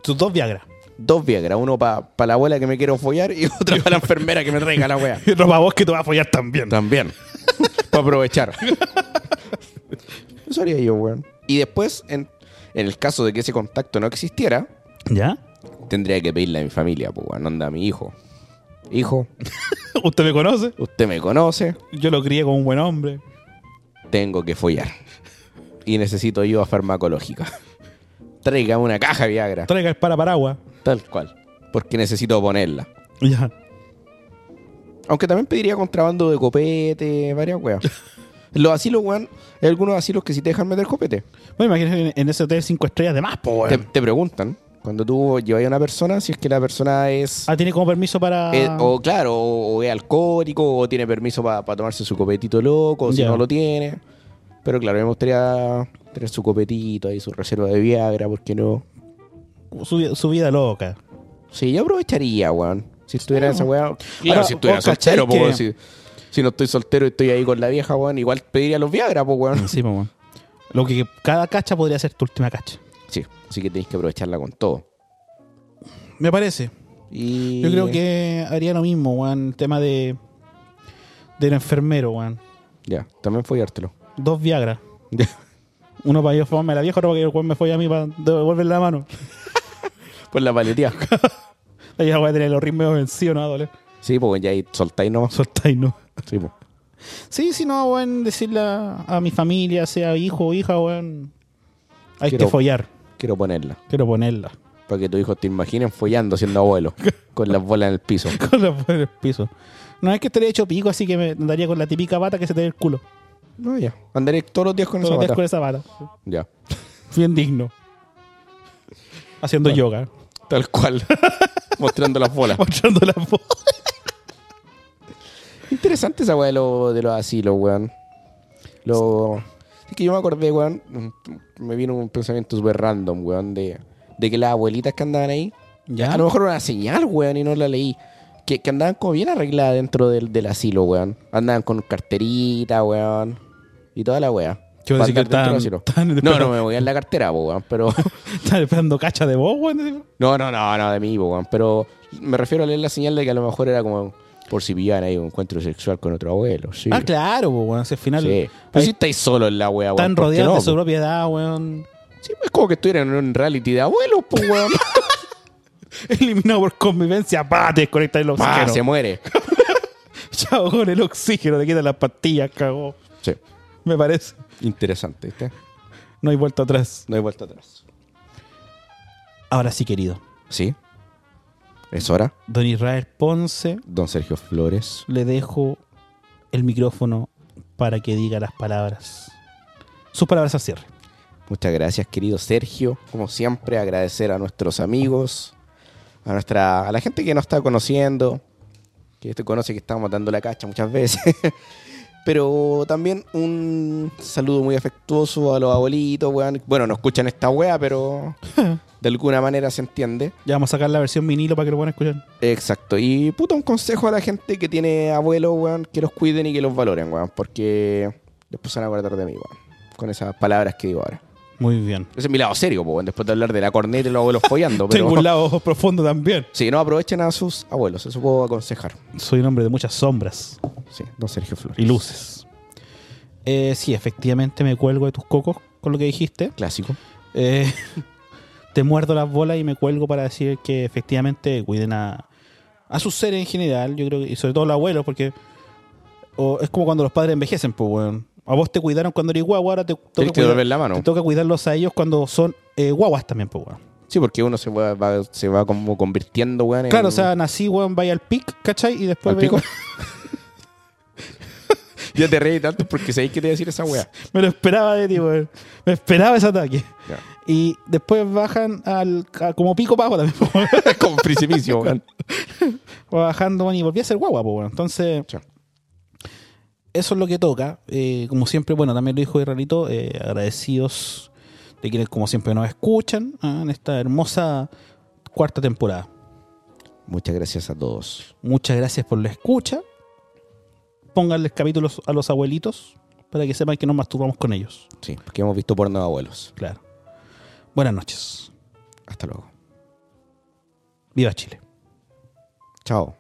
S1: Tus dos Viagra.
S2: Dos Viagra, uno para la abuela que me quiero follar y otro para la enfermera que me traiga la wea.
S1: Y otro para vos que te vas a follar también.
S2: También. para aprovechar. Eso haría yo, weón. Y después, en, en el caso de que ese contacto no existiera,
S1: ¿Ya?
S2: tendría que pedirle a mi familia, pues, weón, onda a mi hijo. Hijo,
S1: Usted me conoce.
S2: usted me conoce,
S1: Yo lo crié como un buen hombre.
S2: tengo que follar. Y necesito ayuda farmacológica. Traiga una caja de Viagra.
S1: Traiga el para paraguas.
S2: Tal cual. Porque necesito ponerla.
S1: Ya.
S2: Aunque también pediría contrabando de copete, varias weas. Los asilos, weón, hay algunos asilos que sí te dejan meter copete.
S1: Bueno, imagínate en- en ese hotel 5 estrellas de más, po, weón.
S2: Te, te preguntan, cuando tú llevas a una persona, si es que la persona es...
S1: Ah, tiene como permiso para.
S2: es- Eh, o claro, o, o es alcohólico, o tiene permiso para tomarse su copetito loco, o si
S1: Ya.
S2: no lo tiene. Pero claro, me gustaría tener su copetito ahí, su reserva de Viagra, ¿por qué no?
S1: su, vi- su vida loca.
S2: Sí, yo aprovecharía, weón. Si estuviera en esa weá.
S1: Ahora, vos cachai
S2: po,
S1: que-
S2: weón, Si, si no estoy soltero y estoy ahí con la vieja, weón, igual pediría los Viagra, pues, weón.
S1: Sí, po, weón. Lo que cada cacha podría ser tu última cacha.
S2: Sí, así que tenéis que aprovecharla con todo.
S1: Me parece.
S2: Y...
S1: Yo creo que haría lo mismo, weón. El tema de. del enfermero, weón.
S2: Ya, también follártelo.
S1: Dos Viagra.
S2: Ya.
S1: Uno para yo fumarme a la vieja, otro para que el weón me fue a mí para devolverle la mano.
S2: Por Pues la paletía.
S1: La vieja voy a tener los ritmos vencidos, no va a doler.
S2: sí, pues ya ahí soltáis nomás.
S1: Soltáis, no.
S2: Sí, pues.
S1: Sí, si no, weón, decirle a, a mi familia, sea hijo o hija, weón. Hay
S2: Quiero-
S1: que follar.
S2: Quiero ponerla.
S1: Quiero ponerla.
S2: Para que tus hijos te imaginen follando siendo abuelo. con las bolas en el piso.
S1: Con la por el piso. No es que estaría hecho pico, así que me andaría con la típica bata que se te ve el culo.
S2: No, ya. Andaré todos los días con
S1: Todos los días
S2: esa
S1: con
S2: bata.
S1: esa bata.
S2: Ya.
S1: Bien digno. Haciendo yoga.
S2: Tal cual. Mostrando las bolas.
S1: Mostrando la voz.
S2: Interesante esa weá de, lo- de los asilos, weón. Lo... Es que yo me acordé, weón. Me vino un pensamiento súper random, weón, de, de que las abuelitas que andaban ahí.
S1: ¿Ya?
S2: A lo mejor era una señal, weón, y no la leí. Que, que andaban como bien arregladas dentro del, del asilo, weón. Andaban con carterita, weón. Y toda la weá.
S1: Yo
S2: Pa'
S1: pensé que
S2: andar dentro
S1: estaban-
S2: del asilo.
S1: estaban
S2: No,
S1: esperando-
S2: no me voy a la cartera, po, weón. Pero.
S1: Estaba esperando cacha de vos, weón.
S2: No, no, no, no, de mí, po, weón. Pero me refiero a leer la señal de que a lo mejor era como. Por si pillaban ahí un encuentro sexual con otro abuelo, sí.
S1: Ah, claro, po, weón. Si al final
S2: Sí.
S1: ahí
S2: Pero si estáis solo en la wea, weón.
S1: están
S2: ¿por qué
S1: rodeados
S2: no,
S1: de su
S2: po?
S1: propiedad, weón.
S2: Sí, es como que estuvieran en un reality de abuelos, pues, weón.
S1: Eliminado por convivencia. Pa, te desconectas el
S2: Pa, se
S1: oxígeno.
S2: muere.
S1: Chao con el oxígeno. Te quitan las pastillas, cagó.
S2: Sí.
S1: Me parece.
S2: Interesante, ¿viste?
S1: No hay vuelta atrás.
S2: No hay vuelta atrás.
S1: Ahora sí, querido.
S2: Sí. Es hora.
S1: Don Israel Ponce,
S2: Don Sergio Flores.
S1: le dejo el micrófono para que diga las palabras. Sus palabras al cierre.
S2: Muchas gracias, querido Sergio. Como siempre, agradecer a nuestros amigos, a nuestra, a la gente que nos está conociendo, que te conoce que estamos dando la cacha muchas veces. Pero también un saludo muy afectuoso a los abuelitos, weón. Bueno, no escuchan esta weá, pero de alguna manera se entiende.
S1: Ya vamos a sacar la versión vinilo para que lo puedan escuchar.
S2: Exacto. Y puta, un consejo a la gente que tiene abuelos, weón, que los cuiden y que los valoren, weón. Porque después se van a acordar de mí, weón. Con esas palabras que digo ahora.
S1: Muy bien.
S2: Ese es mi lado serio, po, weón. Después de hablar de la corneta y los abuelos follando. Pero...
S1: Tengo un lado profundo también.
S2: Sí, no aprovechen a sus abuelos. Eso puedo aconsejar.
S1: Soy un hombre de muchas sombras
S2: Sí, don Sergio Flores.
S1: y luces. Eh, sí, efectivamente me cuelgo de tus cocos con lo que dijiste.
S2: Clásico.
S1: Eh, te muerdo las bolas y me cuelgo para decir que efectivamente cuiden a, a sus seres en general, yo creo que, y sobre todo los abuelos, porque o es como cuando los padres envejecen, pues, weón. A vos te cuidaron cuando eres guagua, ahora te toca,
S2: Tienes que
S1: cuidar-
S2: devolver la mano.
S1: te toca cuidarlos a ellos cuando son eh, guaguas también, pues, weón.
S2: Sí, porque uno se va, va- se va como convirtiendo, weón. en-
S1: Claro, o sea, nací, weón, vaya al pic, ¿cachai? Y después
S2: ¿Al
S1: me,
S2: pico? ya te reí tanto porque sabéis que te iba a decir esa weá.
S1: me lo esperaba de ti, weón. Me esperaba ese ataque.
S2: Ya.
S1: Y después bajan al, a- como pico pago también, pues, weón.
S2: como precipicio, weón.
S1: Va bajando weón, y volví a ser guagua, pues, weón. Entonces,
S2: Chao.
S1: eso es lo que toca. Eh, como siempre, bueno, también lo dijo Israelito, eh, agradecidos de quienes, como siempre, nos escuchan ah, en esta hermosa cuarta temporada.
S2: Muchas gracias a todos.
S1: Muchas gracias por la escucha. Pónganles capítulos a los abuelitos para que sepan que nos masturbamos con ellos.
S2: Sí, porque hemos visto porno de abuelos.
S1: Claro. Buenas noches.
S2: Hasta luego.
S1: Viva Chile.
S2: Chao.